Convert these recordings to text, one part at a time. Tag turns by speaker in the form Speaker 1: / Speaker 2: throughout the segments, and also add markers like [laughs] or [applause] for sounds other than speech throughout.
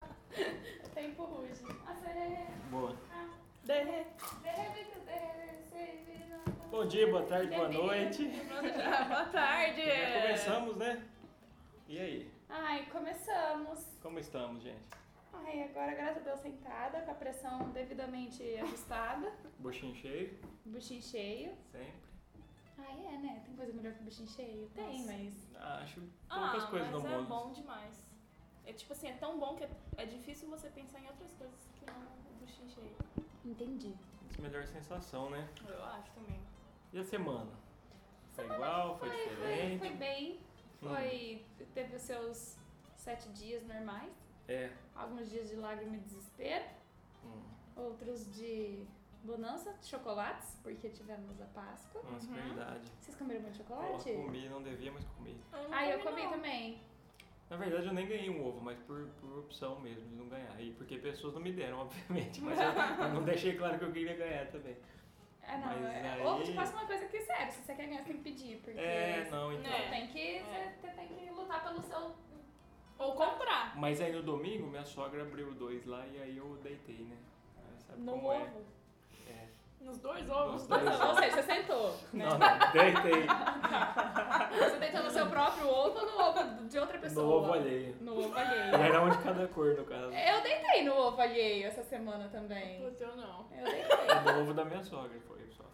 Speaker 1: [laughs]
Speaker 2: dia, boa tarde, boa noite.
Speaker 3: Boa tarde.
Speaker 1: É.
Speaker 2: Já começamos, né? E aí,
Speaker 3: Ai, começamos.
Speaker 2: como estamos, gente?
Speaker 3: Ai, agora graças a Deus sentada, com a pressão devidamente ajustada,
Speaker 2: Buchinho cheio,
Speaker 3: buchinho cheio.
Speaker 2: sempre.
Speaker 3: Ai, é, né? Tem coisa melhor que buchinho cheio? Tem,
Speaker 1: Nossa.
Speaker 3: mas...
Speaker 2: Ah, acho
Speaker 1: Ah,
Speaker 2: poucas coisas no
Speaker 1: mas é
Speaker 2: mundo.
Speaker 1: bom demais. É tipo assim, é tão bom que é, é difícil você pensar em outras coisas que não o buchinho cheio.
Speaker 3: Entendi.
Speaker 2: Essa melhor sensação, né?
Speaker 1: Eu acho também.
Speaker 2: E a semana? Foi igual, foi,
Speaker 3: Foi, foi,
Speaker 2: diferente? Hum.
Speaker 3: foi bem. Foi... Teve os seus sete dias normais.
Speaker 2: É.
Speaker 3: Alguns dias de lágrima e desespero.
Speaker 2: Hum,
Speaker 3: Outros de bonança, chocolates, porque tivemos a Páscoa.
Speaker 2: nossa, verdade.
Speaker 3: Vocês comeram muito
Speaker 2: Eu
Speaker 3: chocolate?
Speaker 2: comi, não devia, mas comi.
Speaker 1: não
Speaker 3: Ah, eu comi
Speaker 1: não.
Speaker 3: também.
Speaker 2: Na verdade, eu nem ganhei um ovo, mas por, por opção mesmo, de não ganhar. E porque pessoas não me deram, [laughs] obviamente. Mas eu, eu não deixei claro que eu queria ganhar também.
Speaker 3: Ah, não.
Speaker 2: Mas
Speaker 3: é-
Speaker 2: aí-
Speaker 3: Ou te passa uma coisa que, é sério, se você quer ganhar, você tem que pedir, porque
Speaker 2: É, não, então.
Speaker 1: Né?
Speaker 3: tem que. Você tem que lutar pelo seu.
Speaker 1: Ou comprar.
Speaker 2: Mas aí no domingo, minha sogra abriu dois lá e aí eu deitei, né? Aí sabe
Speaker 1: No
Speaker 2: como
Speaker 1: ovo.
Speaker 2: é?
Speaker 3: [laughs]
Speaker 2: É.
Speaker 1: Nos dois
Speaker 2: Nos
Speaker 1: ovos. [laughs]
Speaker 2: dois.
Speaker 3: Não, ou seja, você sentou. Né?
Speaker 2: Não, não, deitei.
Speaker 3: Você deitou no seu próprio ovo ou no ovo de outra pessoa?
Speaker 2: No ovo alheio.
Speaker 3: No ovo
Speaker 2: [laughs] E
Speaker 3: alheio.
Speaker 2: era um de cada cor, no caso.
Speaker 3: Eu deitei no ovo alheio essa semana também.
Speaker 1: O teu não.
Speaker 3: Eu deitei.
Speaker 2: No ovo da minha sogra, foi só.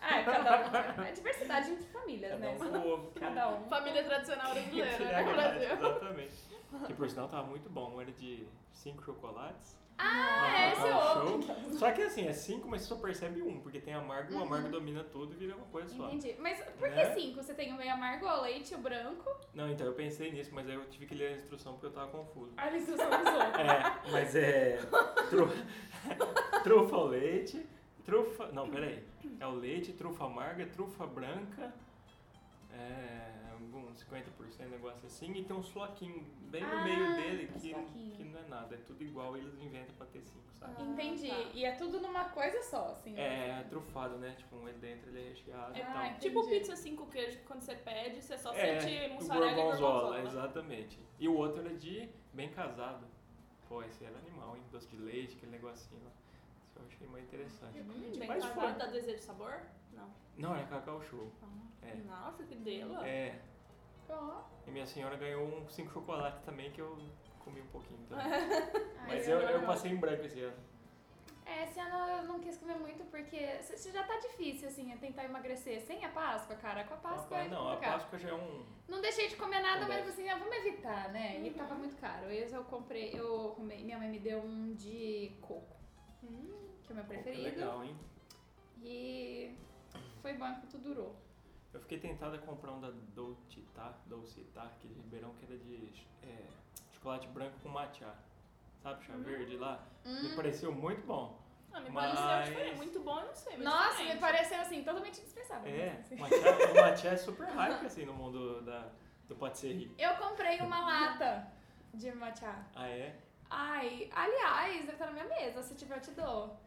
Speaker 3: Ah, é cada um. É diversidade entre famílias,
Speaker 2: Cada
Speaker 3: né?
Speaker 2: um com o ovo. que-
Speaker 3: Cada um.
Speaker 1: Família tradicional
Speaker 2: que lhe [laughs]
Speaker 1: brasileira né, no
Speaker 2: agrada,
Speaker 1: Brasil.
Speaker 2: Exatamente. Que por sinal tava muito bom. Um Era de cinco chocolates.
Speaker 3: Ah,
Speaker 2: Nossa,
Speaker 3: é esse
Speaker 2: tava
Speaker 3: ovo.
Speaker 2: show. Só que assim, é cinco, mas você só percebe um, porque tem amargo, o amargo domina tudo e vira uma coisa só.
Speaker 3: Uhum. Entendi. Mas por que
Speaker 2: Né?
Speaker 3: cinco? Você tem o meio amargo, o leite, o branco.
Speaker 2: Não, então eu pensei nisso, mas aí eu tive que ler a instrução porque eu tava confuso.
Speaker 3: Olha a instrução dos outros.
Speaker 2: É, mas é. tru- [laughs] trufa ao leite, trufa. Não, peraí. É o leite, trufa amarga, trufa branca. É. Algum 50% negócio assim. E tem um floquinho bem no
Speaker 3: Ah,
Speaker 2: meio dele
Speaker 3: um
Speaker 2: que,
Speaker 3: floquinho.
Speaker 2: que não é nada. É tudo igual, eles inventam pra ter cinco, sabe?
Speaker 3: [laughs]
Speaker 1: Ah,
Speaker 3: Entendi.
Speaker 1: tá.
Speaker 3: E é tudo numa coisa só, assim.
Speaker 2: É trufado, né? Tipo, um é dentro, ele é recheado e
Speaker 3: Ah,
Speaker 2: tal.
Speaker 3: entendi.
Speaker 1: Tipo pizza assim com queijo, que quando você pede, você só
Speaker 2: É,
Speaker 1: sente
Speaker 2: o
Speaker 1: mussarela e
Speaker 2: gorgonzola, é,
Speaker 1: gorgonzola. né?
Speaker 2: exatamente. E o outro era de bem casado. Pô, esse era animal, hein? Doce de leite, aquele negocinho lá. Isso eu achei mais interessante.
Speaker 1: Hum, Bem
Speaker 2: Mas
Speaker 1: casado,
Speaker 2: foi.
Speaker 1: dá desejo de sabor? Não.
Speaker 2: Não, era cacau show. É.
Speaker 1: Ah. Nossa, que dela.
Speaker 2: É.
Speaker 3: Ó.
Speaker 2: E minha senhora ganhou um cinco chocolates também que eu comi um pouquinho também.
Speaker 1: [laughs]
Speaker 3: Ai,
Speaker 2: Mas eu, eu
Speaker 3: não.
Speaker 2: passei em branco esse ano.
Speaker 3: É, esse ano eu não quis comer muito porque se- se já tá difícil, assim, é tentar emagrecer sem a Páscoa, cara. Com a Páscoa é
Speaker 2: não, a
Speaker 3: complicado.
Speaker 2: Páscoa já é um.
Speaker 3: Não deixei de comer nada, mas
Speaker 2: Verdade.
Speaker 3: assim, ah, vamos evitar, né? E
Speaker 1: Uhum.
Speaker 3: tava muito caro. Esse eu comprei, eu comi, minha mãe me deu um de coco,
Speaker 1: Hum.
Speaker 3: que é o meu
Speaker 2: pouco
Speaker 3: preferido.
Speaker 2: legal, hein?
Speaker 3: E foi bom enquanto durou.
Speaker 2: Eu fiquei tentada a comprar um da Dolcitá, Dolcitá, que de Ribeirão, que era de é, chocolate branco com matcha. Sabe,
Speaker 1: Hum.
Speaker 2: chá verde lá? Me pareceu muito bom.
Speaker 1: Ah, me
Speaker 2: Mas-
Speaker 1: pareceu diferente. É Muito bom, eu não sei. Mas
Speaker 3: Nossa, me
Speaker 1: diferente.
Speaker 3: pareceu assim, totalmente dispensável.
Speaker 2: É,
Speaker 3: mas, [laughs] assim.
Speaker 2: o matcha, o matcha é super hype, assim, no mundo da, do patisserie.
Speaker 3: Eu comprei uma lata de matcha.
Speaker 2: Ah, é?
Speaker 3: Ai, aliás, deve estar na minha mesa, se tiver eu te dou.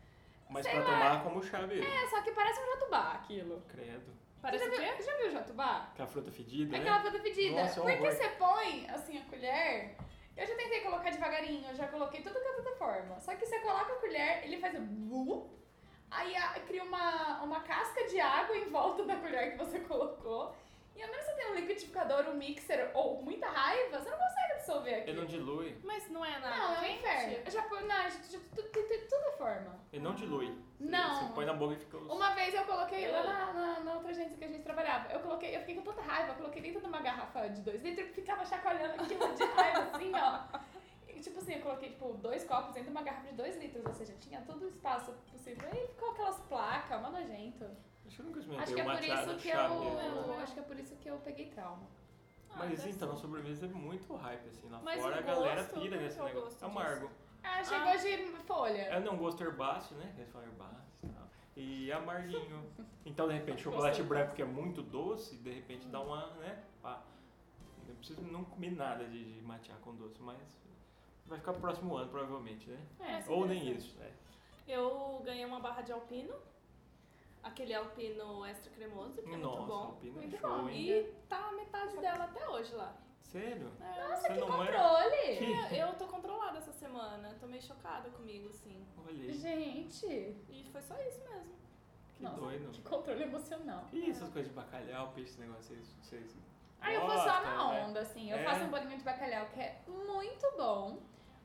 Speaker 2: Mas
Speaker 3: Sei
Speaker 2: pra
Speaker 3: lá.
Speaker 2: tomar como chá mesmo.
Speaker 3: É, só que parece um jatubá aquilo.
Speaker 2: Credo.
Speaker 1: Parece
Speaker 3: Você
Speaker 1: o
Speaker 3: já
Speaker 1: quê?
Speaker 3: viu, já viu o jatubá?
Speaker 2: Com a fruta fedida,
Speaker 3: É
Speaker 2: né?
Speaker 3: aquela fruta pedida.
Speaker 2: Nossa, é um
Speaker 3: Porque
Speaker 2: horror.
Speaker 3: você põe, assim, a colher... Eu já tentei colocar devagarinho, eu já coloquei tudo que é outra forma. Só que você coloca a colher, ele faz um... blu, Aí a- cria uma, uma casca de água em volta da colher que você colocou. E ao menos que você tem um liquidificador, um mixer ou muita raiva, você não consegue dissolver aquilo.
Speaker 2: Ele não dilui.
Speaker 1: Mas não é nada.
Speaker 3: Não, é um
Speaker 1: quente.
Speaker 3: inferno. Eu já põe na de, de, de, de, de toda é forma.
Speaker 2: Ele não dilui. Você-
Speaker 3: Não.
Speaker 2: Você põe na boca e fica os...
Speaker 3: Uma vez eu coloquei lá na, na, na outra agência que a gente trabalhava, eu coloquei, eu fiquei com tanta raiva, eu coloquei dentro de uma garrafa de dois litros e ficava chacoalhando aquilo de [laughs] raiva, assim, ó. E, tipo assim, eu coloquei tipo dois copos dentro de uma garrafa de dois litros, ou seja, tinha todo o espaço possível. E ficou aquelas placas, mó nojento.
Speaker 2: Acho que eu nunca experimentei
Speaker 3: Acho que é
Speaker 2: o
Speaker 3: por
Speaker 2: matcha
Speaker 3: isso que
Speaker 2: chá mesmo.
Speaker 3: eu. Acho que é por isso que eu peguei trauma.
Speaker 1: Ah,
Speaker 2: Mas
Speaker 1: deve
Speaker 2: então, a
Speaker 1: ser.
Speaker 2: sobremesa é muito hype, assim. Lá
Speaker 1: Mas
Speaker 2: fora
Speaker 1: o
Speaker 2: a galera
Speaker 1: gosto,
Speaker 2: pira
Speaker 1: qual
Speaker 2: nesse
Speaker 1: que é o
Speaker 2: negócio. um
Speaker 1: gosto
Speaker 2: Amargo.
Speaker 3: Ah, chegou
Speaker 1: Ah.
Speaker 3: de folha.
Speaker 2: É não, gosto herbáceo, né? Eles falam herbáceo e tal. E
Speaker 3: [laughs]
Speaker 2: amarguinho. Então, de repente, chocolate
Speaker 3: Gosto.
Speaker 2: branco que é muito doce, de repente dá uma, né? Pá. Eu preciso não comer nada de, de matcha com doce, mas vai ficar pro próximo ano, provavelmente, né?
Speaker 3: É.
Speaker 2: Ou nem isso, né?
Speaker 1: Eu ganhei uma barra de alpino. Aquele alpino extra cremoso, que é muito
Speaker 2: Nossa,
Speaker 1: bom.
Speaker 2: alpina é
Speaker 3: Muito
Speaker 2: show,
Speaker 3: bom.
Speaker 2: hein?
Speaker 1: E tá a metade dela até hoje lá.
Speaker 2: Sério?
Speaker 1: É,
Speaker 3: Nossa,
Speaker 2: Você
Speaker 3: que
Speaker 2: não é?
Speaker 3: controle!
Speaker 2: Que-
Speaker 1: Eu tô controlada essa semana. Tô meio chocada comigo, assim.
Speaker 2: Olha aí.
Speaker 3: Gente,
Speaker 1: E foi só isso mesmo.
Speaker 2: Que Que
Speaker 3: Nossa,
Speaker 2: doido.
Speaker 3: Que controle emocional.
Speaker 2: E essas coisas de bacalhau, peixe, esse negócio, vocês. vocês
Speaker 3: Ah, eu vou só na
Speaker 2: gostam, né?
Speaker 3: onda, assim. Eu
Speaker 2: É.
Speaker 3: faço um bolinho de bacalhau que é muito bom,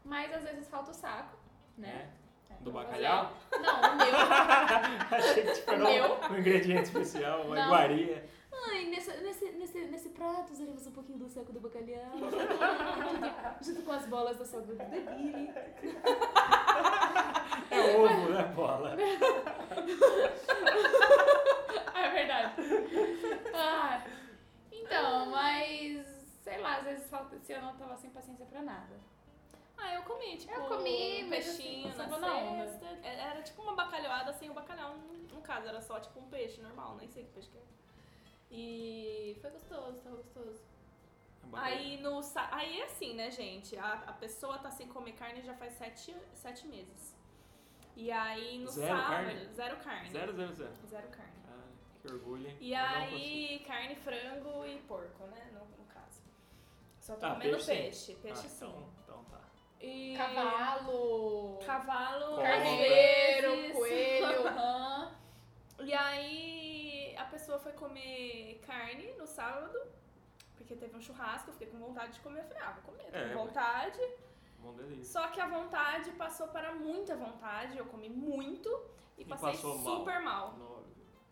Speaker 3: mas às vezes falta o saco, né?
Speaker 2: É. Do bacalhau? [laughs]
Speaker 3: Não, o meu.
Speaker 2: Achei que tipo, era um, um ingrediente especial, uma
Speaker 3: Não.
Speaker 2: iguaria.
Speaker 3: [laughs] Ai, nesse, nesse, nesse, nesse prato usaremos um pouquinho do saco do [laughs] bacalhau. junto, junto com as bolas da sogra do Debile.
Speaker 2: É
Speaker 3: [laughs]
Speaker 2: ovo, né, bola?
Speaker 3: Ah, é verdade. Ah, então, mas sei lá, às vezes falta se eu não tava sem paciência pra nada.
Speaker 1: Ah, eu comi, tipo,
Speaker 3: Eu comi,
Speaker 1: um
Speaker 3: mas
Speaker 1: peixinho
Speaker 3: assim,
Speaker 1: na
Speaker 3: vou na onda.
Speaker 1: cesta. É- Era tipo uma bacalhoada sem o bacalhau, no no caso, era só tipo um peixe normal, nem sei que peixe que é. E foi gostoso, tá? tava gostoso. Aí, no, sa- aí é assim, né, gente? A, a pessoa tá sem comer carne já faz sete, sete meses. E aí no
Speaker 2: Zero
Speaker 1: sábado.
Speaker 2: carne?
Speaker 1: Zero carne.
Speaker 2: Zero, zero, zero.
Speaker 1: Zero carne.
Speaker 2: Ah, que orgulho, hein?
Speaker 1: E
Speaker 2: Eu não
Speaker 1: aí, carne, frango e porco, né? No, no caso. Só tô
Speaker 2: Ah,
Speaker 1: comendo
Speaker 2: peixe, sim.
Speaker 1: peixe. Peixe,
Speaker 2: consigo. Ah,
Speaker 1: sim.
Speaker 2: então, então tá.
Speaker 1: E...
Speaker 3: Cavalo,
Speaker 1: Cavalo,
Speaker 2: Cobra.
Speaker 3: carneiro,
Speaker 1: às
Speaker 3: coelho, rã.
Speaker 1: [laughs] E aí a pessoa foi comer carne no sábado, porque teve um churrasco, eu fiquei com vontade de comer, eu falei, ah, vou comer, tô
Speaker 2: É,
Speaker 1: com vontade.
Speaker 2: Bom delírio.
Speaker 1: Só que a vontade passou para muita vontade, eu comi muito e
Speaker 2: E
Speaker 1: passei
Speaker 2: passou mal.
Speaker 1: super mal.
Speaker 2: Nobre.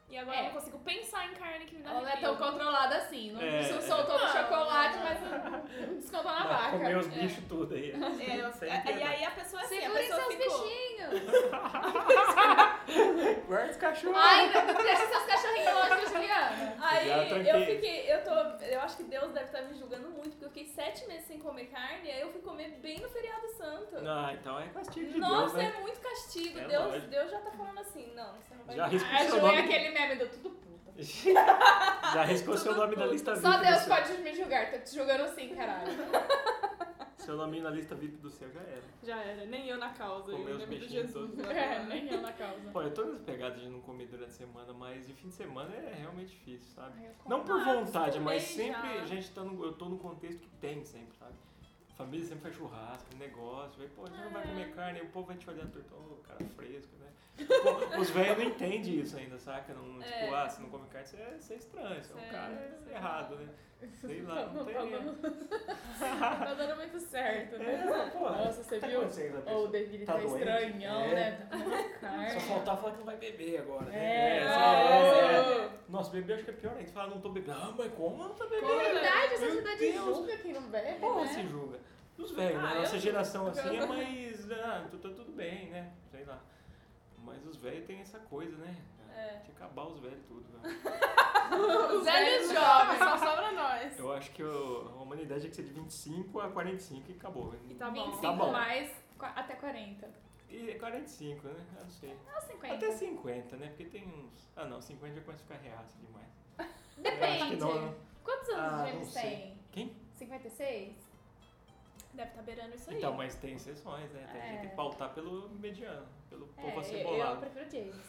Speaker 1: E agora
Speaker 3: É.
Speaker 1: eu não consigo pensar em carne que me dá
Speaker 3: Ela não é
Speaker 1: arrepio.
Speaker 3: tão controlada assim. Não,
Speaker 2: É,
Speaker 3: não
Speaker 2: é.
Speaker 3: soltou
Speaker 1: Não.
Speaker 3: no chocolate, mas não- não descontou na
Speaker 2: Dá pra
Speaker 3: vaca.
Speaker 2: comer os
Speaker 3: É.
Speaker 2: bichos tudo aí.
Speaker 1: Tá [laughs] É, eu-
Speaker 2: Sem
Speaker 1: e
Speaker 2: piedade.
Speaker 1: aí a pessoa assim, a
Speaker 3: Segurem
Speaker 1: pessoa
Speaker 3: seus
Speaker 1: ficou...
Speaker 3: bichinhos.
Speaker 2: Guarda os cachorros.
Speaker 3: Ai, deixa seus cachorrinhos longe da Juliana.
Speaker 1: Aí
Speaker 2: Já
Speaker 1: eu
Speaker 2: tranquei.
Speaker 1: fiquei, eu tô, eu acho que Deus deve estar me julgando muito, porque eu fiquei sete meses sem comer carne, aí eu fui comer bem no feriado santo.
Speaker 2: Ah, então é castigo de Deus,
Speaker 1: Nossa,
Speaker 2: né?
Speaker 1: é muito castigo.
Speaker 2: É
Speaker 1: Deus,
Speaker 2: lógico.
Speaker 1: Deus já tá falando assim, não, você não vai.
Speaker 2: Já
Speaker 1: comer.
Speaker 2: arriscou
Speaker 3: A
Speaker 2: seu
Speaker 3: Ju é
Speaker 2: nome.
Speaker 3: aquele meme do tudo puta.
Speaker 2: [laughs] Já arriscou seu
Speaker 1: é Tudo
Speaker 2: nome na
Speaker 1: tudo.
Speaker 2: lista VIP.
Speaker 3: Só
Speaker 2: do
Speaker 3: Deus
Speaker 2: céu.
Speaker 3: pode me julgar, tô te julgando sim, [laughs] caralho.
Speaker 2: Seu nome na lista VIP do céu já era.
Speaker 1: Já era, nem eu na causa,
Speaker 2: Comeu
Speaker 1: eu
Speaker 2: os
Speaker 1: lembro de
Speaker 2: bichinhos
Speaker 1: Jesus.
Speaker 2: todos.
Speaker 3: É,
Speaker 1: né?
Speaker 3: nem eu na causa.
Speaker 2: Pô, eu tô nessa pegada de não comer durante a semana, mas de fim de semana é realmente difícil, sabe?
Speaker 3: Ai, eu como.
Speaker 2: Não por
Speaker 1: Ah,
Speaker 2: vontade, mas
Speaker 1: acostumei
Speaker 2: sempre
Speaker 1: já.
Speaker 2: a gente tá no, eu tô num contexto que tem sempre, sabe? Família sempre faz churrasco, um negócio, vai, pô, a gente não vai
Speaker 1: É.
Speaker 2: comer carne, o povo vai te olhar torto, ô, cara fresco, né? Pô, os velhos não entendem isso ainda, saca? Não, tipo,
Speaker 1: É.
Speaker 2: ah, se não come carne, você é, você é estranho, você é um
Speaker 1: Certo.
Speaker 2: cara errado, né? Sei lá, não
Speaker 3: Não
Speaker 2: tem.
Speaker 3: tá dando, tá dando muito certo, né?
Speaker 2: [laughs] É, pô,
Speaker 3: Nossa, você
Speaker 2: tá
Speaker 3: viu?
Speaker 2: acontecendo com essa
Speaker 3: Ou o
Speaker 2: pessoa?
Speaker 3: David
Speaker 2: Tá
Speaker 3: tá,
Speaker 2: doente?
Speaker 3: estranhão,
Speaker 2: É.
Speaker 3: né? Tá com uma carne.
Speaker 2: Só faltava falar que não vai beber agora, né?
Speaker 3: É,
Speaker 2: É,
Speaker 3: não,
Speaker 2: só-
Speaker 3: é.
Speaker 2: Nossa, beber acho que é pior ainda. Você fala, não tô bebendo. Ah, mas como eu não tô
Speaker 3: Com
Speaker 2: bebendo?
Speaker 3: verdade, a
Speaker 2: Meu
Speaker 3: sociedade
Speaker 2: Deus. assim?
Speaker 3: julga quem não bebe,
Speaker 2: Porra,
Speaker 3: né?
Speaker 2: se julga. é. Dos velhos,
Speaker 1: Ah,
Speaker 2: né?
Speaker 1: eu
Speaker 2: Nossa
Speaker 1: não-
Speaker 2: geração assim é
Speaker 1: eu-
Speaker 2: mais. Ah, tu tá tudo bem, né? Sei lá. Mas os velhos têm essa coisa, né?
Speaker 1: É.
Speaker 2: De acabar os velhos tudo, né?
Speaker 1: [laughs]
Speaker 2: velho.
Speaker 3: [laughs] Os velhos jovens, só
Speaker 1: sobra nós.
Speaker 2: Eu acho que o- a humanidade tinha que ser de 25 a 45 e acabou. né?
Speaker 1: E tá bom.
Speaker 3: 25
Speaker 2: Tá bom.
Speaker 3: mais qua- até Ah, 40.
Speaker 2: E 45, né? Eu não sei.
Speaker 3: Não, 50.
Speaker 2: Até 50, né? Porque tem uns. Ah, não, 50 já começa a ficar reaça demais. Eu acho que
Speaker 3: Depende.
Speaker 2: não, né?
Speaker 3: Quantos anos
Speaker 2: Ah,
Speaker 3: os
Speaker 2: não
Speaker 3: gêmeos
Speaker 2: sei.
Speaker 3: têm?
Speaker 2: Quem?
Speaker 3: 56?
Speaker 1: Deve tá beirando isso aí.
Speaker 2: Então, mas tem exceções, né? Tem gente
Speaker 3: É.
Speaker 2: que pautar pelo mediano, pelo povo
Speaker 3: É, eu, eu
Speaker 2: acebolado.
Speaker 3: prefiro James.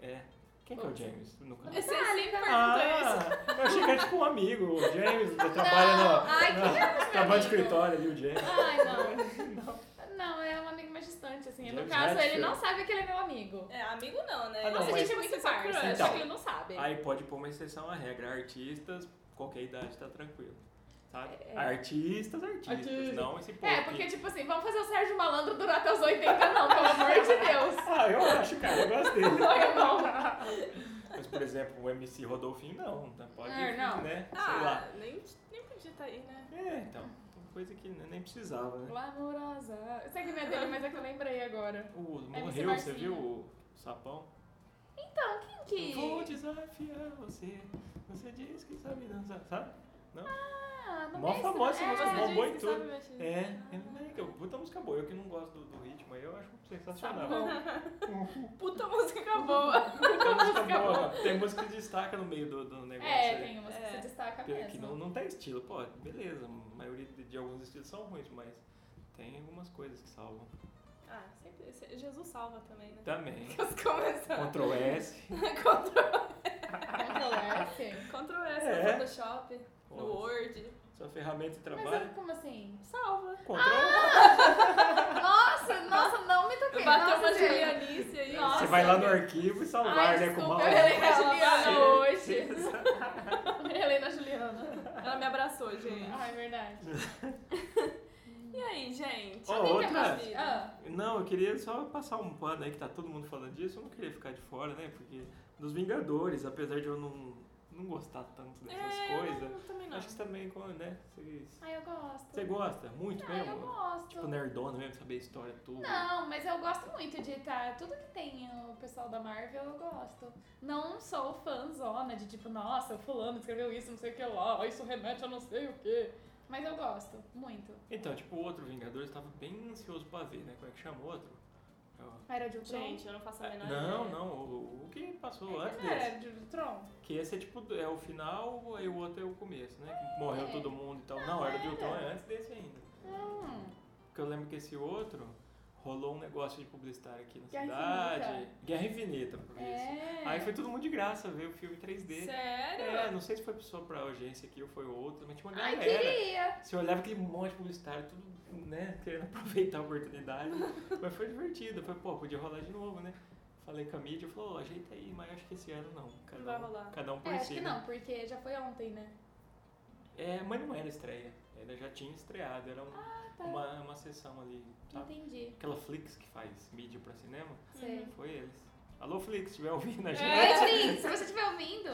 Speaker 2: É. Quem que é o James? No canal?
Speaker 1: Você sempre
Speaker 3: Ah,
Speaker 1: pergunta isso.
Speaker 2: eu achei que era tipo um amigo. O James trabalha
Speaker 3: não,
Speaker 2: no.
Speaker 3: ai,
Speaker 2: [laughs] na-
Speaker 3: que é
Speaker 2: trabalha no escritório ali, o James.
Speaker 3: Ai, não.
Speaker 2: [laughs]
Speaker 3: Não, é um amigo mais distante, assim. No
Speaker 2: James
Speaker 3: caso, ele
Speaker 2: Hetfield.
Speaker 3: não sabe que ele é meu amigo.
Speaker 1: É, amigo não, né?
Speaker 2: Ah, não,
Speaker 3: Nossa, a
Speaker 2: mas-
Speaker 3: gente é muito parça,
Speaker 2: cruel.
Speaker 3: só
Speaker 2: Então.
Speaker 3: que ele não sabe.
Speaker 2: Aí pode pôr uma exceção à regra. Artistas, qualquer idade tá tranquilo. Sabe?
Speaker 3: É.
Speaker 2: Artistas, artistas.
Speaker 3: Artista.
Speaker 2: Não esse povo.
Speaker 3: É,
Speaker 2: que-
Speaker 3: porque, tipo assim, vamos fazer o Sérgio Malandro durar até os 80, não, pelo amor de
Speaker 2: [laughs]
Speaker 3: Deus.
Speaker 2: Ah, eu acho, cara. Eu gosto dele.
Speaker 3: Não, eu não.
Speaker 2: Mas, por exemplo, o MC Rodolfinho, não. tá? Pode,
Speaker 3: É, não.
Speaker 2: né? Sei lá.
Speaker 1: Ah, nem, nem podia estar aí, né?
Speaker 2: É, então. Tem coisa que nem precisava, né?
Speaker 3: Glamourosa. Eu sei que não é dele, mas é que eu lembrei agora.
Speaker 2: O,
Speaker 3: É, MC
Speaker 2: morreu, você
Speaker 3: Marcinho.
Speaker 2: viu o sapão?
Speaker 3: Então, quem que...
Speaker 2: Vou desafiar você. Você diz que sabe dançar, sabe?
Speaker 3: Ah, não
Speaker 2: Mó
Speaker 3: é
Speaker 2: famosa essa
Speaker 3: é,
Speaker 2: música, mó
Speaker 3: gente,
Speaker 2: boa em
Speaker 1: Você
Speaker 2: tudo.
Speaker 1: sabe mexer.
Speaker 2: É, é, que eu- puta música boa. Eu que não gosto do, do ritmo aí, eu acho sensacional.
Speaker 3: Sapão.
Speaker 1: Ah, Puta música é acabou.
Speaker 2: Puta música boa. Tem música que destaca no meio do, do
Speaker 3: [laughs]
Speaker 2: negócio.
Speaker 3: É,
Speaker 2: aí.
Speaker 3: tem umas que
Speaker 1: É.
Speaker 3: se destaca
Speaker 2: Que,
Speaker 3: mesmo.
Speaker 2: que não, não tem estilo. Pô, beleza, a maioria de, de alguns estilos são ruins, mas tem algumas coisas que salvam.
Speaker 1: Ah, sempre. Jesus salva também, né?
Speaker 2: Também.
Speaker 1: Os começaram.
Speaker 2: Ctrl S.
Speaker 1: [laughs]
Speaker 3: um
Speaker 1: Control.
Speaker 2: [laughs]
Speaker 3: Controverse.
Speaker 1: Control S
Speaker 2: É.
Speaker 1: no Photoshop,
Speaker 2: Pô,
Speaker 1: no Word.
Speaker 2: Sua ferramenta de
Speaker 3: Mas é Ah,
Speaker 2: trabalho.
Speaker 3: como assim?
Speaker 1: Salva.
Speaker 2: Ctrl
Speaker 3: Nossa, nossa, não me toquei.
Speaker 1: Bateu
Speaker 3: nossa,
Speaker 1: uma
Speaker 3: gente.
Speaker 1: Julianice aí.
Speaker 3: Nossa,
Speaker 2: Você vai lá no arquivo e salvar,
Speaker 3: Ai,
Speaker 2: né? Com
Speaker 3: desculpa,
Speaker 2: uma
Speaker 3: eu
Speaker 2: hora.
Speaker 3: errei na Juliana
Speaker 1: Sim.
Speaker 3: hoje. [laughs] Eu errei na Juliana.
Speaker 1: Ela me abraçou, gente.
Speaker 3: Ai,
Speaker 2: [laughs]
Speaker 3: verdade.
Speaker 1: E aí, gente?
Speaker 2: Ó,
Speaker 3: Alguém tem
Speaker 2: outra.
Speaker 3: mais- Ah,
Speaker 2: Não, eu queria só passar um pano aí que tá todo mundo falando disso. Eu não queria ficar de fora, né? Porque dos Vingadores, apesar de eu não, não gostar tanto dessas
Speaker 1: É, eu
Speaker 2: coisas,
Speaker 1: não- também não.
Speaker 2: acho que você também, como, né? Vocês-
Speaker 3: Ai, eu gosto.
Speaker 2: Você gosta muito
Speaker 3: Ah, eu
Speaker 2: mesmo?
Speaker 3: gosto.
Speaker 2: Tipo, nerdona mesmo, saber a história, tudo.
Speaker 3: Não, mas eu gosto muito de estar. Tudo que tem o pessoal da Marvel, eu gosto. Não sou fãzona de tipo, nossa, o fulano escreveu isso, não sei o que lá, isso remete a não sei o que. Mas eu gosto, muito.
Speaker 2: Então, tipo, o outro Vingadores eu tava bem ansioso pra ver, né? Como é que chama o outro? É o-
Speaker 3: Era de Ultron?
Speaker 1: Gente, eu não faço a menor
Speaker 2: É, Não,
Speaker 1: ideia.
Speaker 2: não, o, o que passou antes
Speaker 3: é. não é
Speaker 2: desse.
Speaker 3: era de Ultron?
Speaker 2: Que esse é tipo, é o final e o outro é o começo, né? Que morreu
Speaker 3: É.
Speaker 2: todo mundo e tal.
Speaker 3: Não,
Speaker 2: Não, era de
Speaker 3: era.
Speaker 2: Ultron, é antes desse ainda.
Speaker 3: Hum.
Speaker 2: Porque eu lembro que esse outro rolou um negócio de publicitário aqui na
Speaker 3: Guerra
Speaker 2: cidade.
Speaker 3: Infinita.
Speaker 2: Guerra Infinita, por isso.
Speaker 3: É.
Speaker 2: Aí foi todo mundo de graça ver o filme 3D.
Speaker 1: Sério?
Speaker 2: É, não sei se foi só pra audiência aqui ou foi outra, mas tinha uma
Speaker 3: Ai,
Speaker 2: galera.
Speaker 3: queria. É,
Speaker 2: Você olhava aquele monte de publicitário, tudo, né, querendo [laughs] aproveitar a oportunidade. Mas foi divertido. Foi, pô, podia rolar de novo, né? Falei com a mídia, falou, ó, ajeita aí, mas acho que esse ano não. Cada
Speaker 1: Não vai
Speaker 2: um,
Speaker 1: rolar.
Speaker 2: Cada um por
Speaker 3: É,
Speaker 2: si.
Speaker 3: acho que
Speaker 2: né?
Speaker 3: não, porque já foi ontem, né?
Speaker 2: É, mas não era estreia. Ela já tinha estreado, era um-
Speaker 3: Ah, tá. Então
Speaker 2: uma, uma sessão ali, tá? sabe?
Speaker 3: Entendi.
Speaker 2: Aquela Flix que faz mídia pra cinema,
Speaker 3: Sei.
Speaker 2: foi eles. Alô, Flix, se estiver ouvindo a gente, [laughs]
Speaker 3: É, Flix, se você estiver ouvindo,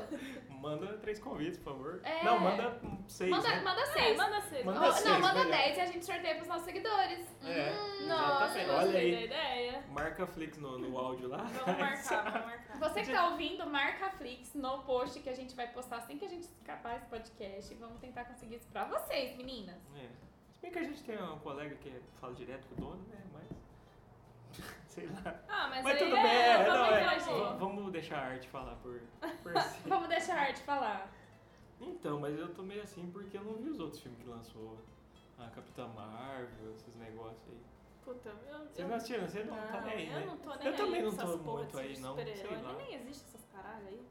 Speaker 2: manda três convites, por favor.
Speaker 3: É.
Speaker 2: Não, manda hum, seis,
Speaker 3: manda,
Speaker 2: né?
Speaker 3: manda
Speaker 1: É,
Speaker 3: seis.
Speaker 1: manda seis.
Speaker 2: Manda
Speaker 3: Ou-
Speaker 1: Ó,
Speaker 2: seis.
Speaker 3: não, manda
Speaker 2: melhor.
Speaker 3: 10 e a gente sorteia pros nossos seguidores.
Speaker 2: É,
Speaker 3: Hum,
Speaker 1: Nossa,
Speaker 2: Exatamente.
Speaker 3: nossa.
Speaker 2: Olha
Speaker 1: gostei
Speaker 2: aí.
Speaker 1: da ideia.
Speaker 2: Marca a Flix no, no áudio lá. [laughs]
Speaker 1: Vamos marcar, vamos marcar.
Speaker 3: Você que tá ouvindo, marca a Flix no post que a gente vai postar assim que a gente escapar esse podcast. Vamos tentar conseguir isso pra vocês, meninas.
Speaker 2: É. Se bem que a gente tem um colega que fala direto com o dono, né? Mas. [laughs] Sei lá.
Speaker 1: Ah, mas,
Speaker 2: Mas
Speaker 1: aí
Speaker 2: tudo
Speaker 1: é,
Speaker 2: bem, é,
Speaker 1: vamos
Speaker 2: não, é.
Speaker 1: entrar,
Speaker 3: gente.
Speaker 2: v- Vamos deixar a arte falar por, por si.
Speaker 3: [laughs] Vamos deixar a arte falar.
Speaker 2: Então, mas eu tô meio assim porque eu não vi os outros filmes que lançou. A Capitã Marvel, esses negócios aí.
Speaker 1: Puta, eu,
Speaker 2: Vocês
Speaker 1: eu-
Speaker 2: não assistiram? Você não, tá nem aí,
Speaker 1: eu
Speaker 2: né?
Speaker 1: não tô nem
Speaker 2: Eu
Speaker 1: aí
Speaker 2: também
Speaker 1: com
Speaker 2: não
Speaker 1: essas
Speaker 2: tô
Speaker 1: porra
Speaker 2: muito aí,
Speaker 1: desses
Speaker 2: não.
Speaker 1: super-herói.
Speaker 2: Sei lá.
Speaker 1: Nem existe essas caralho aí.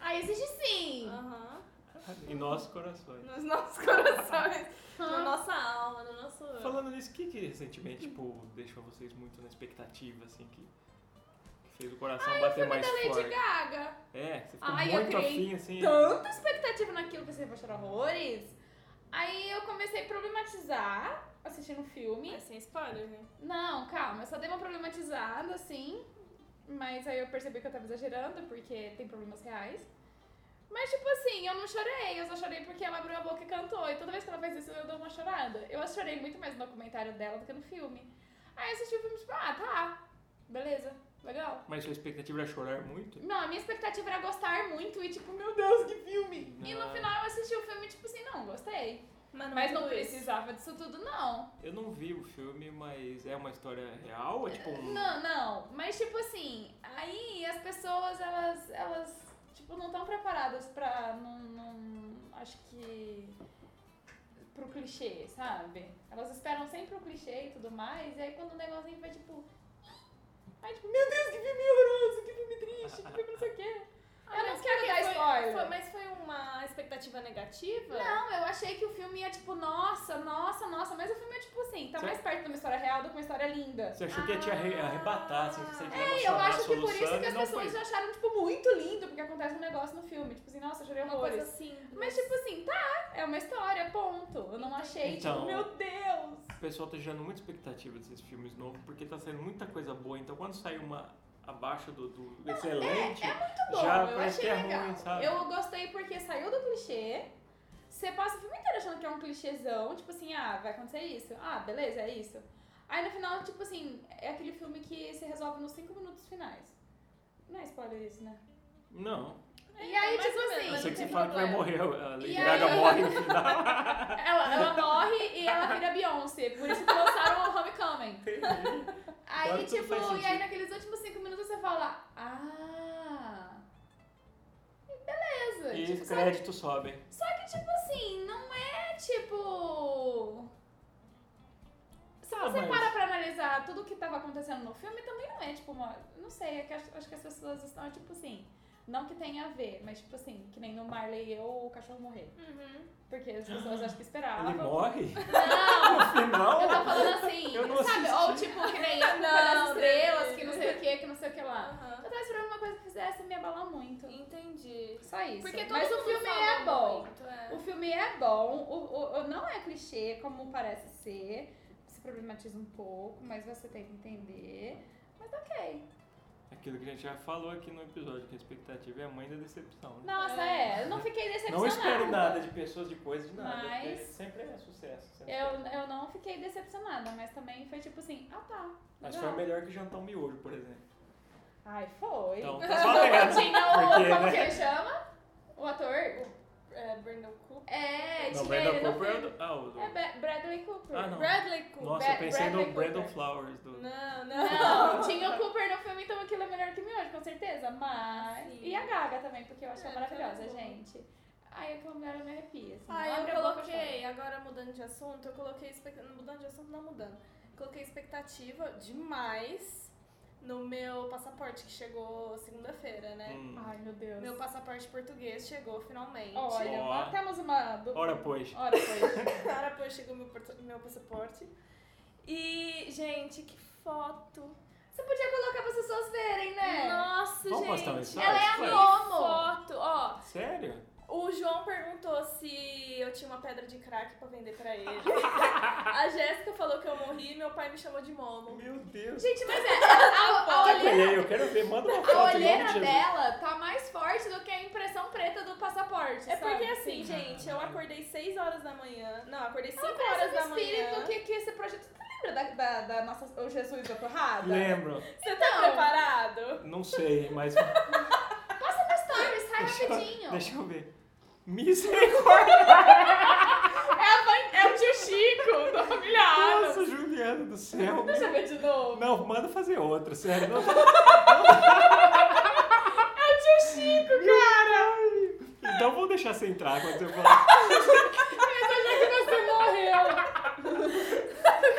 Speaker 3: Ah, existe sim!
Speaker 1: Aham.
Speaker 2: Em nossos corações.
Speaker 1: Nos nossos [laughs] corações, na
Speaker 3: Ah,
Speaker 1: nossa alma, no nosso...
Speaker 2: Falando nisso, o que, que recentemente, tipo, deixou vocês muito na expectativa, assim, que, que fez o coração
Speaker 3: eu fui
Speaker 2: bater
Speaker 3: na
Speaker 2: mais
Speaker 3: da Lady
Speaker 2: forte?
Speaker 3: Gaga.
Speaker 2: É, você ficou
Speaker 3: Ai, eu
Speaker 2: muito
Speaker 3: criei
Speaker 2: afim, assim.
Speaker 3: tanta expectativa naquilo, pensei, vou chorar horrores. Aí eu comecei a problematizar assistindo o filme.
Speaker 1: É, sem spoiler, né?
Speaker 3: Não, calma, eu só dei uma problematizada, assim. Mas aí eu percebi que eu tava exagerando, porque tem problemas reais. Mas, tipo assim, eu não chorei, eu só chorei porque ela abriu a boca e cantou. E toda vez que ela faz isso, eu dou uma chorada. Eu chorei muito mais no documentário dela do que no filme. Aí eu assisti o filme, tipo, ah, tá. Beleza, legal.
Speaker 2: Mas sua expectativa era chorar muito?
Speaker 3: Não, a minha expectativa era gostar muito e, tipo, meu Deus, que filme! E no
Speaker 2: Ah.
Speaker 3: final eu assisti o filme, tipo assim, não, gostei.
Speaker 1: Mas
Speaker 3: Mas não
Speaker 1: precisa.
Speaker 3: precisava disso tudo, não.
Speaker 2: Eu não vi o filme, mas é uma história real? É tipo um.
Speaker 3: Não, não, mas tipo assim, aí as pessoas, elas, elas tipo, não estão preparadas pra, não, não- acho que, pro clichê, sabe? Elas esperam sempre o clichê e tudo mais, e aí quando o negocinho vai, tipo, aí tipo, meu Deus, que filme horroroso, que filme triste, que filme não sei o quê. Eu não quero dar spoiler.
Speaker 1: mas foi uma expectativa negativa?
Speaker 3: Não, eu achei que o filme ia, tipo, nossa, nossa, nossa, mas o filme é, tipo assim, tá
Speaker 2: Você-
Speaker 3: mais perto de uma história real do que uma história linda.
Speaker 2: Você achou que ia te arre- arrebatar, assim, que você ia te
Speaker 3: É, eu
Speaker 2: emocionar
Speaker 3: acho que por isso
Speaker 2: soluçando,
Speaker 3: que as
Speaker 2: e não
Speaker 3: pessoas
Speaker 2: foi.
Speaker 3: acharam, tipo, muito lindo, porque acontece um negócio no filme. Tipo assim, nossa, eu chorei
Speaker 1: Uma coisa
Speaker 3: horrores.
Speaker 1: assim.
Speaker 3: Mas, tipo assim, tá, é uma história, ponto. Eu não achei,
Speaker 2: Então-
Speaker 3: tipo, meu Deus.
Speaker 2: O pessoal tá gerando muita expectativa desses filmes novos, porque tá saindo muita coisa boa. Então quando sai uma abaixo do, do excelente,
Speaker 3: é, Muito Tá bom,
Speaker 2: já
Speaker 3: eu
Speaker 2: parece
Speaker 3: achei
Speaker 2: que é
Speaker 3: legal.
Speaker 2: ruim, sabe?
Speaker 3: Eu gostei porque saiu do clichê. Você passa o filme inteiro achando que é um clichêzão, tipo assim, ah, vai acontecer isso. Ah, beleza, é isso. Aí no final, tipo assim, é aquele filme que se resolve nos cinco minutos finais. Não é spoiler isso, né?
Speaker 2: Não.
Speaker 3: E aí,
Speaker 1: É, mais
Speaker 3: tipo
Speaker 1: ou menos,
Speaker 3: assim,
Speaker 2: Eu
Speaker 1: mas
Speaker 2: sei
Speaker 1: não é
Speaker 2: que você
Speaker 1: tem
Speaker 2: fala que vai
Speaker 1: problema.
Speaker 2: morrer, a Lady
Speaker 3: E
Speaker 2: Gaga
Speaker 3: aí-
Speaker 2: morre no final.
Speaker 3: Ela, ela morre e ela vira Beyoncé, por isso que lançaram o Homecoming. Aí,
Speaker 2: Agora tudo
Speaker 3: tipo,
Speaker 2: faz
Speaker 3: e aí
Speaker 2: sentido.
Speaker 3: naqueles últimos cinco minutos você fala, ah, beleza.
Speaker 2: e
Speaker 3: Tipo,
Speaker 2: os
Speaker 3: só,
Speaker 2: créditos sobem.
Speaker 3: só que, tipo assim, não é, tipo... Se
Speaker 2: Ah,
Speaker 3: você
Speaker 2: mas-
Speaker 3: para pra analisar tudo o que tava acontecendo no filme, também não é, tipo, uma... Não sei, é que acho, acho que as pessoas estão, tipo assim, não que tenha a ver, mas, tipo assim, que nem no Marley e eu, o cachorro morrer.
Speaker 1: Uhum.
Speaker 3: Porque
Speaker 2: [gasps]
Speaker 3: as pessoas acham que esperavam. [laughs]
Speaker 2: Ele morre?
Speaker 3: Não!
Speaker 2: No final?
Speaker 3: Eu tava
Speaker 2: [laughs]
Speaker 3: falando assim,
Speaker 2: Eu não
Speaker 3: sabe?
Speaker 2: assisti.
Speaker 1: [laughs]
Speaker 3: Ou tipo, que nem a Culpa
Speaker 1: Não,
Speaker 3: das estrelas,
Speaker 1: Dani.
Speaker 3: que não sei o que, que não sei o que lá.
Speaker 1: Aham.
Speaker 3: muito.
Speaker 1: Entendi.
Speaker 3: Só isso.
Speaker 1: Porque todo
Speaker 3: Mas o
Speaker 1: mundo
Speaker 3: filme
Speaker 1: fala
Speaker 3: é bom.
Speaker 1: muito, é.
Speaker 3: O filme é bom, o, o, o- não é clichê como parece ser. Se problematiza um pouco, mas você tem que entender. Mas ok.
Speaker 2: Aquilo que a gente já falou aqui no episódio, que a expectativa é a mãe da decepção. Né?
Speaker 3: Nossa,
Speaker 1: É.
Speaker 3: é, eu não fiquei
Speaker 2: Não
Speaker 3: decepcionada.
Speaker 2: espero nada de pessoas, de coisas, de nada.
Speaker 3: Mas-
Speaker 2: Porque sempre é sucesso. sempre é.
Speaker 3: Eu, eu não fiquei decepcionada, mas também foi tipo assim, ah tá.
Speaker 2: Mas
Speaker 3: legal.
Speaker 2: foi melhor que jantar um miojo, por exemplo.
Speaker 3: Ai, foi. [laughs]
Speaker 2: Então, tá só negado.
Speaker 3: Tinha o.
Speaker 2: Porque,
Speaker 3: como
Speaker 2: né?
Speaker 3: que ele chama? O ator?
Speaker 1: É, Brandon Cooper.
Speaker 3: É,
Speaker 2: Não,
Speaker 3: tinha
Speaker 2: Brandon
Speaker 3: ele no
Speaker 2: Cooper é
Speaker 3: filme.
Speaker 2: do... Ah, o do...
Speaker 3: É Ba- Bradley Cooper.
Speaker 2: Ah, não.
Speaker 1: Bradley Cooper.
Speaker 2: Nossa,
Speaker 3: Ba-
Speaker 2: eu pensei
Speaker 3: Bradley
Speaker 2: no Brandon
Speaker 3: Cooper.
Speaker 2: Flowers. Do...
Speaker 1: Não, não. [laughs]
Speaker 3: Não, tinha o Cooper no filme, então aquilo é melhor que miojo, com certeza. Mas.
Speaker 1: Sim.
Speaker 3: E a Gaga também, porque eu achei
Speaker 1: É,
Speaker 3: maravilhosa,
Speaker 1: aquela é boa.
Speaker 3: gente. Ai, aquela mulher ela me arrepia. Assim,
Speaker 1: Ai,
Speaker 3: Abre
Speaker 1: eu
Speaker 3: a boca, chora.
Speaker 1: coloquei, agora mudando de assunto, eu coloquei expectativa. Mudando de assunto, não mudando. Coloquei expectativa demais no meu passaporte que chegou segunda-feira, né?
Speaker 2: Hum.
Speaker 3: Ai, meu Deus.
Speaker 1: Meu passaporte português chegou finalmente. [laughs]
Speaker 3: Olha,
Speaker 2: Ó.
Speaker 3: nós temos uma. Du...
Speaker 2: Ora, pois.
Speaker 3: Ora, pois.
Speaker 1: Cara, pô, chegou meu, portu- meu passaporte. E, gente, que foto.
Speaker 3: Você podia colocar pra pessoas verem, né?
Speaker 1: Nossa,
Speaker 2: Vamos postar um
Speaker 1: gente.
Speaker 2: stories? Ela é a
Speaker 1: que
Speaker 3: Momo.
Speaker 1: foto. Ó,
Speaker 2: Sério?
Speaker 1: o João perguntou se eu tinha uma pedra de crack pra vender pra ele. [laughs] a Jéssica falou que eu morri e meu pai me chamou de
Speaker 3: Oh,
Speaker 1: Momo.
Speaker 2: Meu Deus.
Speaker 3: Gente, mas é.
Speaker 2: [laughs]
Speaker 3: A, a, a
Speaker 2: Tá com
Speaker 3: olheira,
Speaker 2: ele aí, eu quero ver. Manda uma foto.
Speaker 3: a
Speaker 2: em nome de
Speaker 3: olheira
Speaker 2: Jesus.
Speaker 3: dela tá mais forte do que a impressão preta do passaporte.
Speaker 1: É
Speaker 3: sabe?
Speaker 1: porque assim, gente, eu acordei 6 horas da manhã. Não, acordei 5 horas da
Speaker 3: Ela parece um espírito
Speaker 1: manhã.
Speaker 3: que, que esse projeto. Você lembra da, da, da nossa. O Jesus da Torrada?
Speaker 2: Lembro.
Speaker 1: Você tá
Speaker 3: Então.
Speaker 1: preparado?
Speaker 2: Não sei, mas
Speaker 3: Assim, Passa na story, sai rapidinho.
Speaker 2: deixa eu ver. Misericórdia.
Speaker 3: É, a mãe- é o tio Chico [laughs] do familiar.
Speaker 2: Nossa, Juliana do céu.
Speaker 3: Deixa eu ver de novo.
Speaker 2: Não, manda fazer outra, sério.
Speaker 3: [laughs] É
Speaker 2: Não,
Speaker 3: o tio Chico, cara.
Speaker 2: então vou deixar você entrar quando você
Speaker 3: [laughs]
Speaker 2: falar.
Speaker 3: Mas eu já é que você morreu.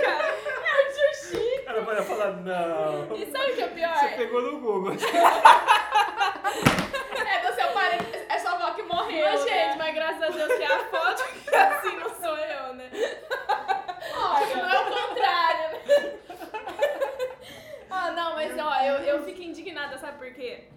Speaker 1: Cara,
Speaker 3: É o tio Chico.
Speaker 2: Ela vai falar, não.
Speaker 1: [laughs] e sabe o que é
Speaker 2: Você
Speaker 1: pior?
Speaker 2: pegou no Google.
Speaker 3: É do seu parente. É sua avó que morreu.
Speaker 1: Mas, gente,
Speaker 3: né?
Speaker 1: mas graças a Deus que é a foto que assim não sou eu, né?
Speaker 3: Olha,
Speaker 1: Não é o contrário, né? Ah, não, mas ó, eu, eu fico indignada, sabe por quê?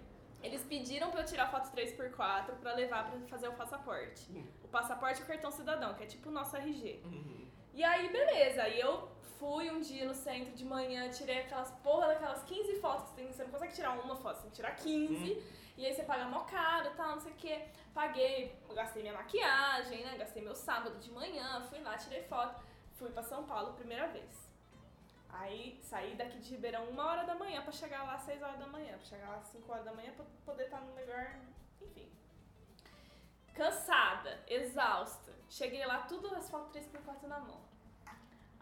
Speaker 1: Eles pediram pra eu tirar foto 3x4 pra levar pra fazer o passaporte. O passaporte e o cartão cidadão, que é tipo o nosso RG.
Speaker 2: Uhum.
Speaker 1: E aí, beleza, aí eu fui um dia no centro de manhã, tirei aquelas porra daquelas 15 fotos, que você tem- você não consegue tirar uma foto, você tem que tirar 15. E aí você paga mó caro e tal, não sei o que. Paguei, gastei minha maquiagem, né? Gastei meu sábado de manhã, fui lá, tirei foto. Fui pra São Paulo, primeira vez. Aí saí daqui de Ribeirão uma hora da manhã pra chegar lá às 6 horas da manhã, pra chegar lá às 5 horas da manhã pra poder estar no lugar, enfim. Cansada, exausta. Cheguei lá, tudo as fotos 3x4 na mão.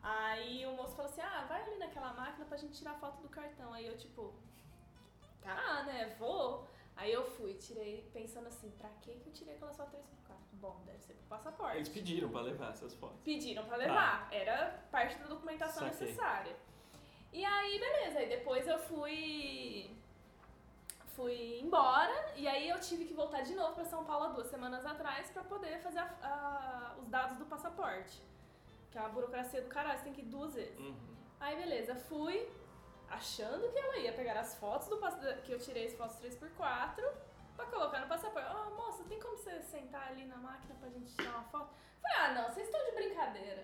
Speaker 1: Aí o moço falou assim: ah, vai ali naquela máquina pra gente tirar foto do cartão. Aí eu, tipo, tá, né? Vou. Aí eu fui, tirei, pensando assim: pra que que eu tirei aquela foto 3x4? Bom, deve ser pro passaporte.
Speaker 2: Eles pediram pra levar essas fotos.
Speaker 1: Pediram pra levar, era parte da documentação
Speaker 2: Saquei.
Speaker 1: necessária. E aí, beleza, aí depois eu fui fui embora e aí eu tive que voltar de novo pra São Paulo há duas semanas atrás pra poder fazer a- a- os dados do passaporte. Que é uma burocracia do caralho, você tem que ir duas vezes.
Speaker 2: Uhum.
Speaker 1: Aí beleza, fui achando que ela ia pegar as fotos do pass- que eu tirei as fotos 3x4 pra colocar no passaporte. Ó, moça, tem como você sentar ali na máquina pra gente tirar uma foto? Falei, ah não, vocês estão de brincadeira.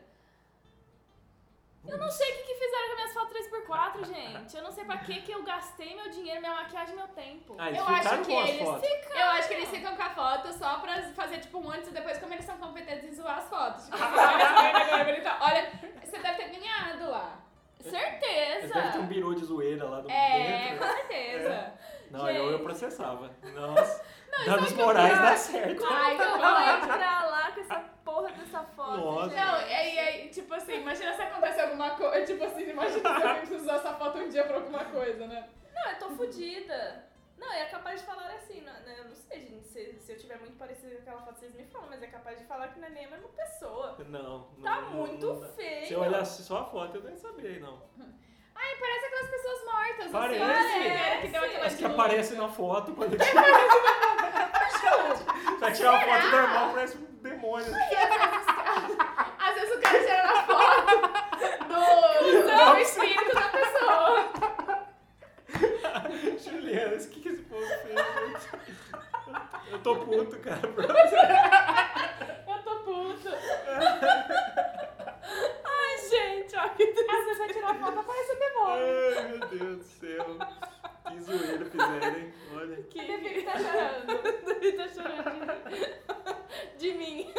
Speaker 1: Eu não sei o que, que fizeram com minhas fotos 3x4, gente. Eu não sei pra que, que eu gastei meu dinheiro, minha maquiagem, meu tempo.
Speaker 2: Ah, eles
Speaker 3: Eu acho
Speaker 2: ficaram
Speaker 3: que
Speaker 2: com as
Speaker 3: eles
Speaker 2: fotos.
Speaker 3: Eu acho que eles ficam com a foto só pra fazer tipo um antes e depois, como eles são competentes em zoar as fotos. [laughs] Tipo, olha, essa merda agora é bonita. Olha, você deve ter ganhado lá.
Speaker 2: Eles
Speaker 1: Certeza!
Speaker 2: devem ter um birô de zoeira lá do
Speaker 3: É,
Speaker 2: dentro.
Speaker 3: com certeza.
Speaker 2: Não, eu, eu
Speaker 1: Gente.
Speaker 2: processava. Nossa. Danos
Speaker 1: sabe
Speaker 3: é
Speaker 1: que
Speaker 2: morais
Speaker 1: eu-
Speaker 2: dá certo.
Speaker 1: Como que eu vou
Speaker 3: Ai,
Speaker 1: entrar lá com essa porra dessa foto?
Speaker 2: Nossa.
Speaker 1: gente?
Speaker 3: Não, e aí, aí, tipo assim, imagina se acontece alguma coisa. Tipo assim, imagina se alguém precisa usar essa foto um dia pra alguma coisa, né?
Speaker 1: Não, Ah, eu tô fodida. Não, é capaz de falar assim, não, não, eu não sei, gente, se, se eu tiver muito parecido com aquela foto, vocês me falam, mas é capaz de falar que não é nem a mesma pessoa.
Speaker 2: Não, não.
Speaker 1: Tá
Speaker 2: não-
Speaker 1: muito
Speaker 2: não dá.
Speaker 1: feio.
Speaker 2: Se eu olhasse só a foto, eu nem sabia, não.
Speaker 3: Ai, parece aquelas pessoas mortas,
Speaker 2: Parece.
Speaker 3: assim, né? Primeira que deu
Speaker 1: Parece.
Speaker 3: aquela
Speaker 2: Mas
Speaker 3: de-
Speaker 2: que aparece na foto quando
Speaker 1: [laughs]
Speaker 2: ele vai tirar uma foto normal, parece um demônio.
Speaker 3: Às vezes o cara tira na foto do, do, do espírito da pessoa.
Speaker 2: Juliana, o que, que esse povo fez? gente? tô puto, cara.
Speaker 3: Eu tô puto.
Speaker 1: Ai, gente, olha que
Speaker 3: Ah, você vai tirar foto, aparece o demônio.
Speaker 2: Ai, meu Deus do céu. Que zoeira fizeram, hein? Olha.
Speaker 3: Que devia estar
Speaker 1: [laughs]
Speaker 3: chorando.
Speaker 1: Ele tá chorando [laughs] de mim. De mim.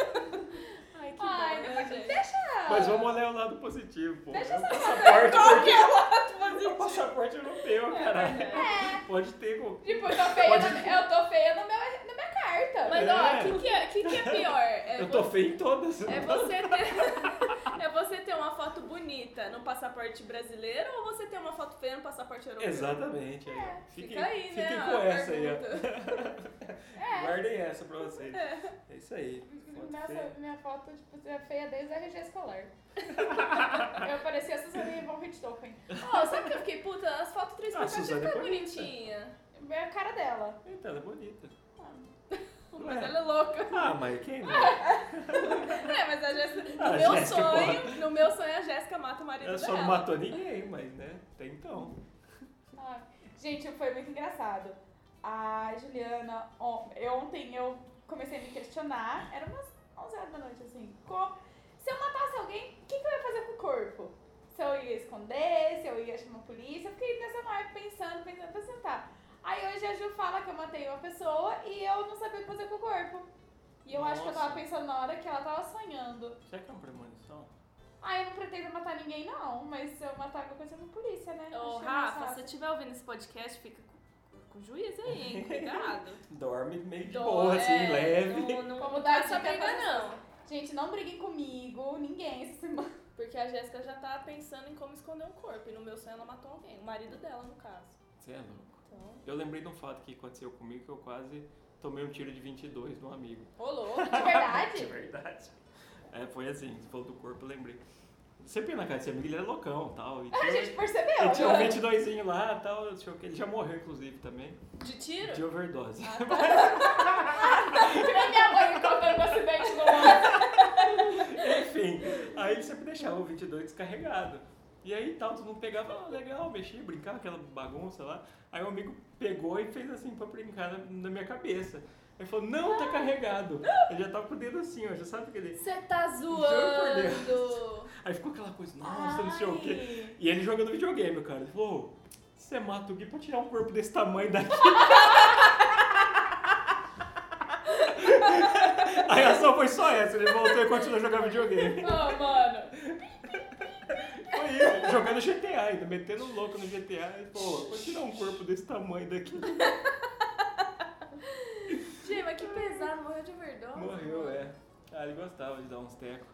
Speaker 1: Ai, que
Speaker 3: Ai,
Speaker 1: bom, né,
Speaker 3: depois-
Speaker 1: gente?
Speaker 3: deixa.
Speaker 2: Mas vamos olhar o lado positivo, pô.
Speaker 3: Deixa
Speaker 2: é
Speaker 3: essa
Speaker 2: um
Speaker 3: foto aí.
Speaker 2: passaporte,
Speaker 1: Qual que
Speaker 2: porque
Speaker 1: é o ato
Speaker 2: é um
Speaker 1: positivo?
Speaker 2: passaporte europeu, caralho.
Speaker 3: É.
Speaker 2: Pode ter. com-
Speaker 3: Tipo, eu tô feia, na, eu tô feia no meu, na minha carta.
Speaker 1: Mas
Speaker 2: É.
Speaker 1: ó, o que, que, é, que, que é pior? É
Speaker 2: Eu tô
Speaker 1: você-
Speaker 2: feio em todas.
Speaker 1: É você, ter, [laughs] é você ter uma foto bonita no passaporte brasileiro ou você ter uma foto feia no passaporte europeu?
Speaker 2: Exatamente. aí, ó.
Speaker 3: É,
Speaker 2: Fiquem,
Speaker 1: Então, Fica aí, né?
Speaker 2: fiquem
Speaker 1: a
Speaker 2: com essa aí, ó.
Speaker 1: pergunta.
Speaker 3: É.
Speaker 2: Guardem essa pra vocês. É isso aí. Foto feia.
Speaker 3: Nossa, minha foto tipo, é feia desde a RG escolar. eu parecia a Suzane von Richthofen.
Speaker 1: Ó, sabe o que eu fiquei puta? As fotos
Speaker 2: Ah,
Speaker 1: 3x4
Speaker 2: Suzane
Speaker 1: fica
Speaker 2: é bonita.
Speaker 1: bonitinha.
Speaker 3: É a cara dela. Ah,
Speaker 2: Eita, ela é bonita.
Speaker 1: Mas
Speaker 2: Ué.
Speaker 1: ela é louca.
Speaker 2: [laughs] Ah, mas quem não?
Speaker 1: É, mas a Jéssica. No
Speaker 2: Ah,
Speaker 1: meu
Speaker 2: Jéssica,
Speaker 1: sonho, no meu sonho, a Jéssica mata o marido
Speaker 2: Ela só
Speaker 1: dela.
Speaker 2: não matou ninguém, mas né? Até então.
Speaker 3: Ai, Ah, Gente, foi muito engraçado. A Juliana, on- eu- ontem eu comecei a me questionar, era umas 11 horas da noite, assim. co- se eu matasse alguém, o que, que eu ia fazer com o corpo? Se eu ia esconder, se eu ia chamar a polícia, eu fiquei nessa vibe pensando, pensando, pensando, tá. Aí hoje a Ju fala que eu matei uma pessoa e eu não sabia o que fazer com o corpo. E eu acho que eu tava
Speaker 2: Nossa.
Speaker 3: pensando na hora que ela tava sonhando.
Speaker 2: Será que é uma premonição?
Speaker 3: Ah, eu não pretendo matar ninguém, não, mas se eu matar alguma coisa, eu chamo a polícia, né?
Speaker 1: Ô,
Speaker 3: Acho
Speaker 1: Rafa,
Speaker 3: engraçado.
Speaker 1: se você estiver ouvindo esse podcast, fica com, com o juiz aí,
Speaker 2: [laughs]
Speaker 1: hein? Cuidado.
Speaker 2: Dorme meio de
Speaker 1: Dó,
Speaker 2: boa, assim,
Speaker 1: é,
Speaker 2: leve.
Speaker 1: Não, não,
Speaker 3: Como
Speaker 1: não
Speaker 3: dar
Speaker 1: dá essa
Speaker 3: dica
Speaker 1: briga,
Speaker 3: pra vocês.
Speaker 1: não.
Speaker 3: Gente, não briguem comigo, ninguém essa
Speaker 2: [laughs]
Speaker 3: semana.
Speaker 1: Porque a Jéssica já tá pensando em como esconder um corpo. E no meu sonho ela matou alguém. O marido dela, no caso.
Speaker 2: [laughs] Você é louco.
Speaker 1: Então,
Speaker 2: Eu lembrei de um fato que aconteceu comigo que eu quase tomei um tiro de 22 de um amigo.
Speaker 1: rolou.
Speaker 3: De
Speaker 2: De
Speaker 3: verdade?
Speaker 2: verdade. É, foi assim, você falou do corpo, eu lembrei. Sempre ia na casa desse amigo, ele era loucão e tal. E
Speaker 3: É, A
Speaker 2: tinha,
Speaker 3: gente percebeu.
Speaker 2: e tinha um
Speaker 3: né?
Speaker 2: 22 lá e tal, não sei o que. Ele já morreu, inclusive, também.
Speaker 1: De tiro?
Speaker 2: De overdose.
Speaker 1: Ah, tá.
Speaker 3: Que nem minha mãe me contando um
Speaker 2: [laughs]
Speaker 3: acidente no ônibus.
Speaker 2: [laughs] Enfim, aí ele sempre deixava o 22 descarregado. E aí tal, todo mundo pegava, ah, legal, mexia, brincava, aquela bagunça lá. Aí o amigo pegou e fez assim pra brincar na, na minha cabeça. Aí falou, não, tá carregado. Ele já tava com o dedo assim, ó, já sabe que ele...
Speaker 1: Você tá
Speaker 2: por
Speaker 3: [laughs]
Speaker 2: Deus.
Speaker 1: zoando.
Speaker 2: Aí ficou aquela coisa, nossa, não sei o quê.
Speaker 3: Ai.
Speaker 2: E ele jogando videogame, cara. Ele falou, "Ô, você mata o Gui pra tirar um corpo desse tamanho daqui. [laughs] A reação foi só essa, ele voltou e continuou jogando videogame.
Speaker 3: Ô, mano.
Speaker 2: Foi eu, jogando GTA ainda, metendo louco no GTA. E, pô, vou tirar um corpo desse tamanho daqui.
Speaker 1: Gente, mas que pesado. Morreu de overdose.
Speaker 2: Morreu, é. Ah, ele gostava de dar uns tecos.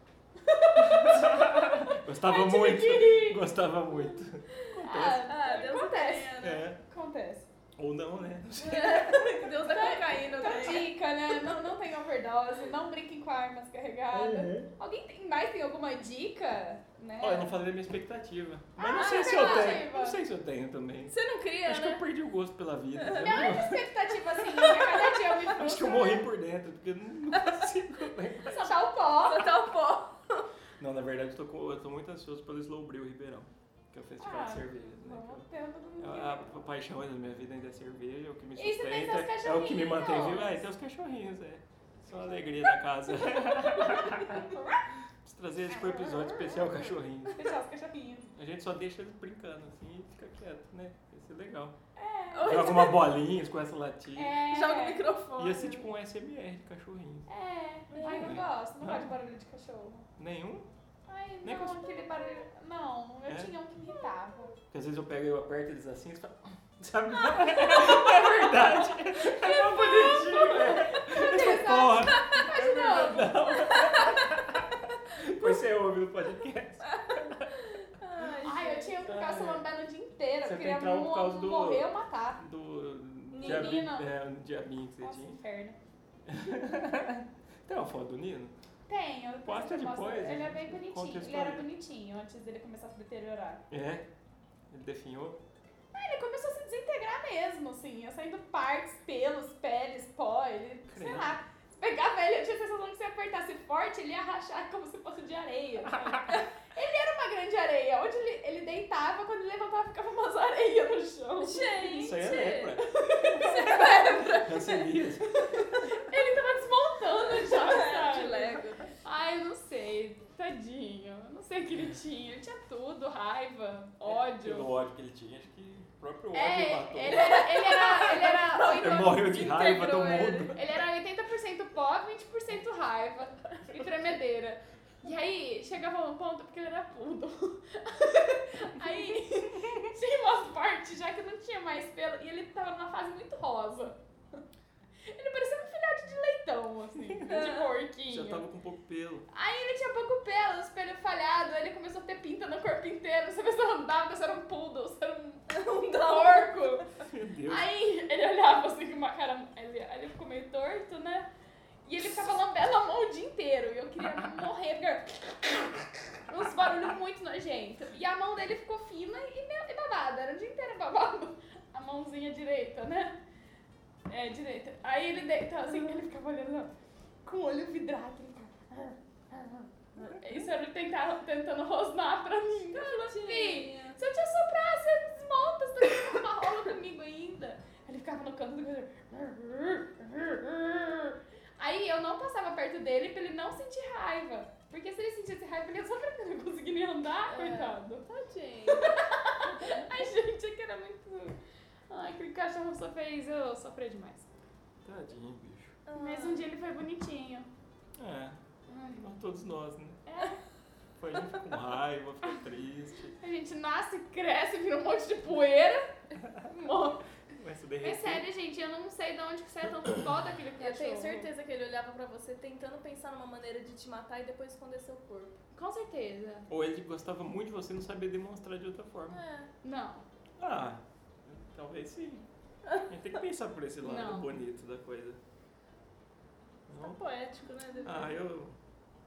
Speaker 2: gostava
Speaker 3: Ai,
Speaker 2: muito.
Speaker 3: Tiriquiri.
Speaker 2: Gostava muito. Acontece.
Speaker 3: Ah,
Speaker 1: Ah, Deus
Speaker 3: acontece.
Speaker 1: acontece.
Speaker 2: É.
Speaker 3: Acontece.
Speaker 2: Ou não, né?
Speaker 1: Deus da cocaína,
Speaker 3: Então,
Speaker 1: né?
Speaker 3: dica, né? Não, não tem overdose, não brinquem com armas carregadas.
Speaker 2: É. Uhum.
Speaker 3: Alguém tem mais? Tem alguma dica? Né?
Speaker 2: Ó, eu não falei da minha expectativa. Mas
Speaker 3: Ah,
Speaker 2: não sei
Speaker 3: é
Speaker 2: se eu
Speaker 3: verdade.
Speaker 2: tenho. Não sei se eu tenho também.
Speaker 1: Você não cria,
Speaker 2: Acho que eu
Speaker 1: né?
Speaker 2: perdi o gosto pela vida. sabe?
Speaker 3: Minha única expectativa, assim, é que a cada dia eu me frustro.
Speaker 2: Acho que eu
Speaker 3: é.
Speaker 2: morri por dentro, porque eu não [laughs] consigo lembrar.
Speaker 3: né? Só dá o pó.
Speaker 1: Só tá o pó.
Speaker 2: Não, na verdade, eu tô, com- eu tô muito ansioso pelo Slow Brew Ribeirão, que é o festival
Speaker 3: Ah,
Speaker 2: de cervejas, né?
Speaker 3: Vamos tendo um no
Speaker 2: Eu- A, a paixão da minha vida ainda é cerveja, é o que me
Speaker 3: E você tem
Speaker 2: sustenta,
Speaker 3: seus
Speaker 2: é o que me mantém
Speaker 3: cachorrinhos. então.
Speaker 2: vivo. Ah, e tem os cachorrinhos, é. São a alegria
Speaker 3: [laughs]
Speaker 2: da casa. Preciso trazer esse pro episódio especial cachorrinhos.
Speaker 3: Deixar os cachorrinhos.
Speaker 2: A gente só deixa eles brincando assim e fica quieto, né? Ia ser legal.
Speaker 1: Oi.
Speaker 2: Joga uma bolinha, um eles começam a latir.
Speaker 3: É.
Speaker 1: Joga o microfone.
Speaker 2: Ia ser tipo um SMR de cachorrinhos.
Speaker 3: É. Ai, não gosto. Não gosto de barulho de cachorro.
Speaker 2: Nenhum?
Speaker 3: Ai,
Speaker 2: Nem
Speaker 3: não,
Speaker 2: gosto.
Speaker 3: aquele barulho... Não, eu
Speaker 2: É?
Speaker 3: tinha um que me irritava.
Speaker 2: Porque às vezes eu pego e eu aperto eles assim e falam. [laughs] Sabe? é verdade. É
Speaker 3: um
Speaker 2: tão bonitinho, é. Eles falam, porra.
Speaker 3: Mas de novo.
Speaker 2: Depois você ouve no podcast.
Speaker 1: Ai,
Speaker 3: Ai, eu
Speaker 1: gente.
Speaker 3: tinha um que ficava
Speaker 2: É.
Speaker 3: lambendo o dia inteiro. Eu
Speaker 2: Você
Speaker 3: queria
Speaker 2: tem trauma por causa
Speaker 3: mu-
Speaker 2: do-
Speaker 3: morrer ou matar.
Speaker 2: do
Speaker 1: Nino.
Speaker 2: diabinho, é, um diabinho que você
Speaker 3: Nossa,
Speaker 2: tinha. [laughs]
Speaker 3: inferno.
Speaker 2: Tem uma foto do Nino?
Speaker 3: Tem, eu
Speaker 2: Posta
Speaker 3: eu
Speaker 2: depois,
Speaker 3: mostro. Ele é
Speaker 2: gente,
Speaker 3: bem
Speaker 2: conta a
Speaker 3: bonitinho. Ele
Speaker 2: história.
Speaker 3: era bonitinho antes dele começar a se deteriorar.
Speaker 2: É. Ele definhou.
Speaker 3: Ah, ele começou a se desintegrar mesmo, assim. Ia saindo partes, pelos, peles, pó. Ele, sei
Speaker 2: Credo.
Speaker 3: lá. Se pegava ele, eu tinha a sensação que se apertasse forte, ele ia rachar como se fosse de areia. sabe? ele era uma grande areia. Onde ele, ele deitava, quando ele levantava, ficava umas areias no chão.
Speaker 2: [laughs]
Speaker 1: Gente.
Speaker 2: Isso aí é lepra. assim.
Speaker 1: Você lembra?
Speaker 2: Hanseníase.
Speaker 3: Ele
Speaker 1: [laughs]
Speaker 3: que ele tinha. Ele tinha tudo, raiva,
Speaker 2: Pelo
Speaker 3: ódio.
Speaker 2: ódio que ele tinha, acho que o próprio ódio
Speaker 3: É,
Speaker 2: matou.
Speaker 3: ele era, ele era, ele era,
Speaker 2: [laughs] Ele
Speaker 3: 80
Speaker 2: morreu de raiva do
Speaker 1: integrou ele.
Speaker 2: mundo.
Speaker 3: ele era 80% pó, 20% raiva e tremedeira. E aí, chegava um ponto, porque ele era pudo. [laughs] Aí, tinha uma parte já que não tinha mais pelo e ele tava numa fase muito rosa. Ele parecia um filhote de leitão,
Speaker 2: [laughs]
Speaker 3: assim, de porquinho.
Speaker 2: Já tava com pouco pelo.
Speaker 3: Aí ele tinha pouco pelo, os pelos falhados, ele começou a ter pinta no corpo inteiro, você pessoa andava, você era um poodle, você
Speaker 2: [laughs]
Speaker 3: era um, um porco.
Speaker 2: Meu Deus.
Speaker 3: Aí ele olhava assim com uma cara. Ele, ele ficou meio torto, né? E ele ficava lambendo a mão o dia inteiro. E eu queria morrer, porque. Uns barulhos muito nojentos. E a mão dele ficou fina e, meio, e babada. Era o dia inteiro babado. A mãozinha direita, né? É, direita. Aí ele deitava assim, ele ficava olhando com o olho vidrado. Ele "Ah, ficava. ah." Isso era ele tentar, tentando rosnar pra mim. Eu falei, "Fih,
Speaker 1: Tadinha.
Speaker 3: se eu te assoprar, você desmonta, você tá com uma rola comigo ainda. Ele ficava no canto do corredor. Aí eu não passava perto dele pra ele não sentir raiva. Porque se ele sentisse raiva, ele ia só pra não conseguir nem andar,
Speaker 1: É.
Speaker 3: coitado. [laughs]
Speaker 1: Tadinha.
Speaker 3: Ai, gente, é que era muito. Ai, aquele cachorro só fez eu sofrer demais.
Speaker 2: Tadinho, bicho.
Speaker 1: Ah.
Speaker 3: Mas um dia ele foi bonitinho.
Speaker 2: É,
Speaker 3: Ai,
Speaker 2: igual todos nós, né?
Speaker 3: É,
Speaker 2: Foi a gente fica com raiva, fica triste,
Speaker 3: a gente nasce, cresce, vira um monte de poeira. Morre.
Speaker 2: começa
Speaker 3: Mas
Speaker 2: a derreter.
Speaker 3: sério, gente, eu não sei de onde que saiu tanto dó daquele cachorro.
Speaker 1: É Eu tenho certeza que ele olhava pra você tentando pensar numa maneira de te matar e depois esconder seu corpo.
Speaker 3: Com certeza.
Speaker 2: Ou ele gostava muito de você e não sabia demonstrar de outra forma.
Speaker 1: É.
Speaker 3: Não.
Speaker 2: Ah, talvez sim. A gente tem que pensar por esse lado
Speaker 3: Não.
Speaker 2: bonito da coisa.
Speaker 1: Tá
Speaker 2: Não?
Speaker 1: poético, né? David?
Speaker 2: Ah, eu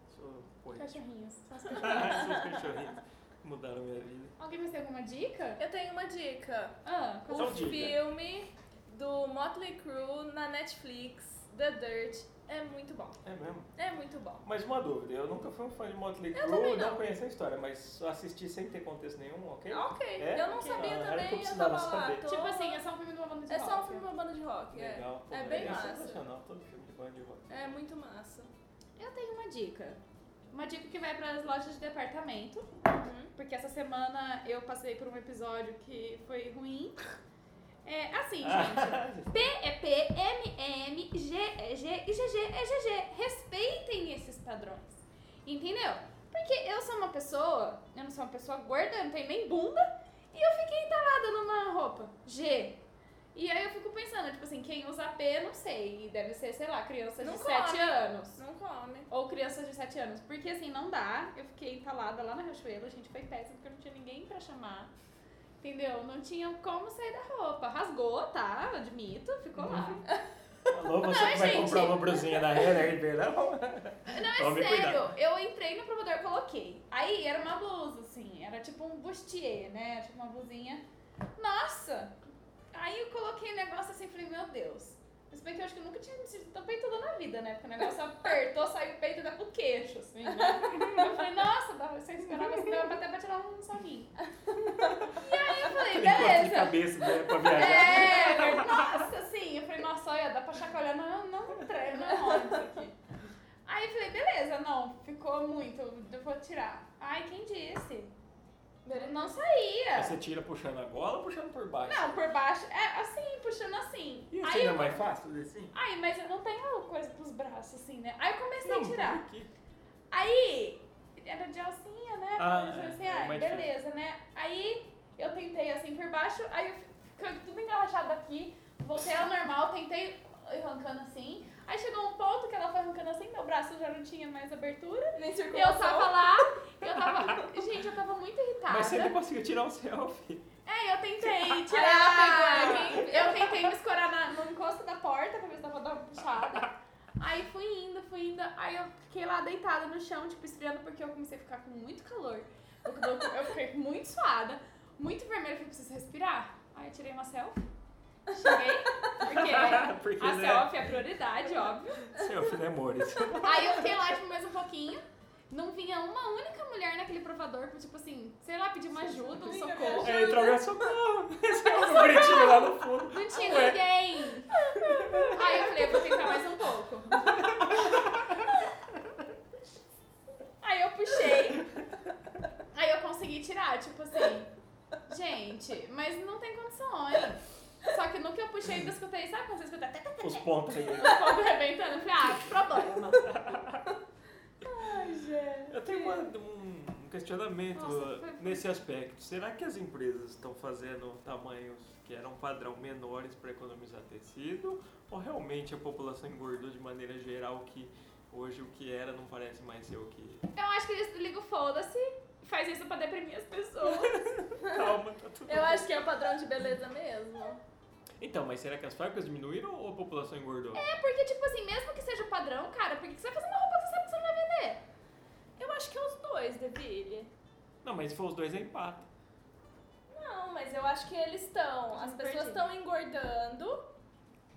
Speaker 2: sou poeta.
Speaker 3: Cachorrinhos.
Speaker 2: [laughs] Esses cachorrinhos mudaram minha vida.
Speaker 3: Alguém vai ter alguma
Speaker 2: Ah.
Speaker 3: dica?
Speaker 1: Eu tenho uma dica.
Speaker 3: Ah,
Speaker 2: Então
Speaker 1: O
Speaker 2: diga.
Speaker 1: filme do Motley Crue na Netflix, The Dirt, é muito bom.
Speaker 2: É mesmo.
Speaker 1: É muito bom.
Speaker 2: Mas uma dúvida, eu nunca fui um fã de Motley
Speaker 1: Eu também
Speaker 2: Crue, não
Speaker 1: não.
Speaker 2: conheço a história, mas assisti sem ter contexto nenhum, ok?
Speaker 1: Ok,
Speaker 2: É?
Speaker 1: eu não
Speaker 3: Ok.
Speaker 1: sabia
Speaker 2: Ah, era o que eu
Speaker 1: também, eu
Speaker 2: precisava
Speaker 1: tava lá.
Speaker 2: saber.
Speaker 1: tô-
Speaker 3: tipo assim, é só um filme do Avando de
Speaker 1: é só um
Speaker 3: Rock.
Speaker 1: filme de uma banda de rock. é.
Speaker 2: Ah, Legal, pô,
Speaker 1: é bem
Speaker 2: é
Speaker 1: massa.
Speaker 2: sensacional, todo filme de banda de rock. [laughs]
Speaker 1: É muito massa.
Speaker 3: Eu tenho uma dica. Uma dica que vai para as lojas de departamento.
Speaker 1: Uhum.
Speaker 3: Porque essa semana eu passei por um episódio que foi ruim. É
Speaker 1: [laughs]
Speaker 3: assim, gente. P é P, M é M, G é G e GG é GG. Respeitem esses padrões. Entendeu? Porque eu sou uma pessoa, eu não sou uma pessoa gorda, eu não tenho nem bunda, e eu fiquei entalada numa roupa G. E aí eu fico pensando, tipo assim, quem usa P, não sei, e deve ser, sei lá, criança de
Speaker 1: Não
Speaker 3: 7
Speaker 1: come.
Speaker 3: anos.
Speaker 1: Não come.
Speaker 3: Ou crianças de 7 anos. Porque assim, não dá. Eu fiquei entalada lá na Riachuelo, gente, foi péssimo porque não tinha ninguém pra chamar. Entendeu? Não tinha como sair da roupa. Rasgou, tá? Eu admito, ficou lá.
Speaker 2: Alô, você
Speaker 3: Não,
Speaker 2: que vai
Speaker 3: gente.
Speaker 2: comprar uma brusinha da Renner em Berlão?
Speaker 3: Não, é
Speaker 2: Tome
Speaker 3: sério.
Speaker 2: cuidado.
Speaker 3: Eu entrei no provador e coloquei. Aí era uma blusa, assim. Era tipo um bustier, né? Era Tipo uma blusinha. Nossa! Aí eu coloquei o negócio assim e falei, meu Deus. Mas bem que eu acho que eu nunca tinha me sentido tão peituda na vida, né? Porque o negócio apertou, saiu o peito da pro queixo, assim, né? Eu falei, nossa, dava- você esperava assim, dava até pra tirar um soninho. E aí eu falei,
Speaker 2: Aquele corte de
Speaker 3: É beleza.
Speaker 2: cabeça, né, pra viajar.
Speaker 3: É, verdade. nossa, sim. Eu falei, nossa, olha, dá pra chacoalhar, não, não treino, não, isso aqui. Aí eu falei, beleza, não, ficou muito, eu vou tirar. Ai, quem disse? Eu Não saía.
Speaker 2: Você tira puxando a gola ou puxando por baixo?
Speaker 3: Não, por baixo, é assim, puxando assim.
Speaker 2: E assim
Speaker 3: Aí
Speaker 2: não é
Speaker 3: eu,
Speaker 2: mais fácil, fazer assim?
Speaker 3: ai, mas eu não tenho coisa pros braços, assim, né? Aí eu comecei
Speaker 2: Não,
Speaker 3: a tirar.
Speaker 2: por quê?
Speaker 3: Aí, era de alcinha, né?
Speaker 2: Ah,
Speaker 3: eu falei assim,
Speaker 2: é,
Speaker 3: ai,
Speaker 2: mais
Speaker 3: beleza, né? Aí eu tentei assim por baixo, aí eu ficando tudo engarrachado aqui, voltei ao normal, tentei arrancando assim. Aí chegou um ponto que ela foi arrancando assim, meu braço já não tinha mais abertura.
Speaker 1: [laughs] Nem
Speaker 3: Eu
Speaker 1: circulação.
Speaker 3: tava lá, eu tava. Gente, eu tava muito irritada.
Speaker 2: Mas você não conseguiu tirar um selfie.
Speaker 3: É, eu tentei
Speaker 1: Aí
Speaker 3: tirar.
Speaker 1: ela pegou aqui.
Speaker 3: eu tentei me escorar na, no encosto da porta pra ver se tava dando uma puxada. Aí fui indo, fui indo. Aí eu fiquei lá deitada no chão, tipo, esfriando, porque eu comecei a ficar com muito calor. Eu, eu- eu fiquei muito suada, muito vermelha, falei, preciso respirar. Aí eu tirei uma selfie. Cheguei, porque
Speaker 2: Porque,
Speaker 3: É. a
Speaker 2: né,
Speaker 3: selfie é a prioridade, óbvio.
Speaker 2: selfie,
Speaker 3: [laughs]
Speaker 2: né, Mores?
Speaker 3: Aí eu fiquei lá, tipo, mais um pouquinho. Não vinha uma única mulher naquele provador, tipo assim, sei lá, pedir uma ajuda, um
Speaker 1: Vinha me
Speaker 3: socorro.
Speaker 2: É, entrou alguém,
Speaker 3: [laughs]
Speaker 2: socorro. Esse é um gritinho lá no fundo.
Speaker 3: Não tinha
Speaker 2: Ué.
Speaker 3: ninguém. Aí eu falei, eu vou tentar mais um pouco. Aí eu puxei. assim, gente, mas não tem condições. Só que no que eu puxei e escutei, sabe quando você escuta? Tá, tá, tá,
Speaker 2: Os pontos aí.
Speaker 3: tá, o povo arrebentando, eu falei, ah, que problema. Ai, gente.
Speaker 2: Eu tenho uma-
Speaker 1: É.
Speaker 2: um um questionamento
Speaker 3: Nossa, foi-
Speaker 2: nesse aspecto. Será que as empresas estão fazendo tamanhos que eram padrão menores para economizar tecido? Ou realmente a população engordou de maneira geral que hoje o que era não parece mais ser o que?
Speaker 3: Eu acho que eles ligam foda-se, faz isso pra deprimir as pessoas.
Speaker 1: [laughs]
Speaker 2: Calma, tá tudo
Speaker 1: Eu
Speaker 2: bem.
Speaker 1: acho que é o padrão de beleza mesmo.
Speaker 2: Então, mas será que as fábricas diminuíram ou a população engordou?
Speaker 3: É porque, tipo assim, mesmo que seja o padrão, cara, por que que você vai fazer uma roupa que você sabe que você não vai vender?
Speaker 1: Eu acho que é os dois, Deville.
Speaker 2: Não, mas se for os dois, é empate.
Speaker 1: Não, mas eu acho que eles estão.
Speaker 3: Eu
Speaker 1: As
Speaker 3: me
Speaker 1: pessoas
Speaker 3: perdi.
Speaker 1: estão engordando,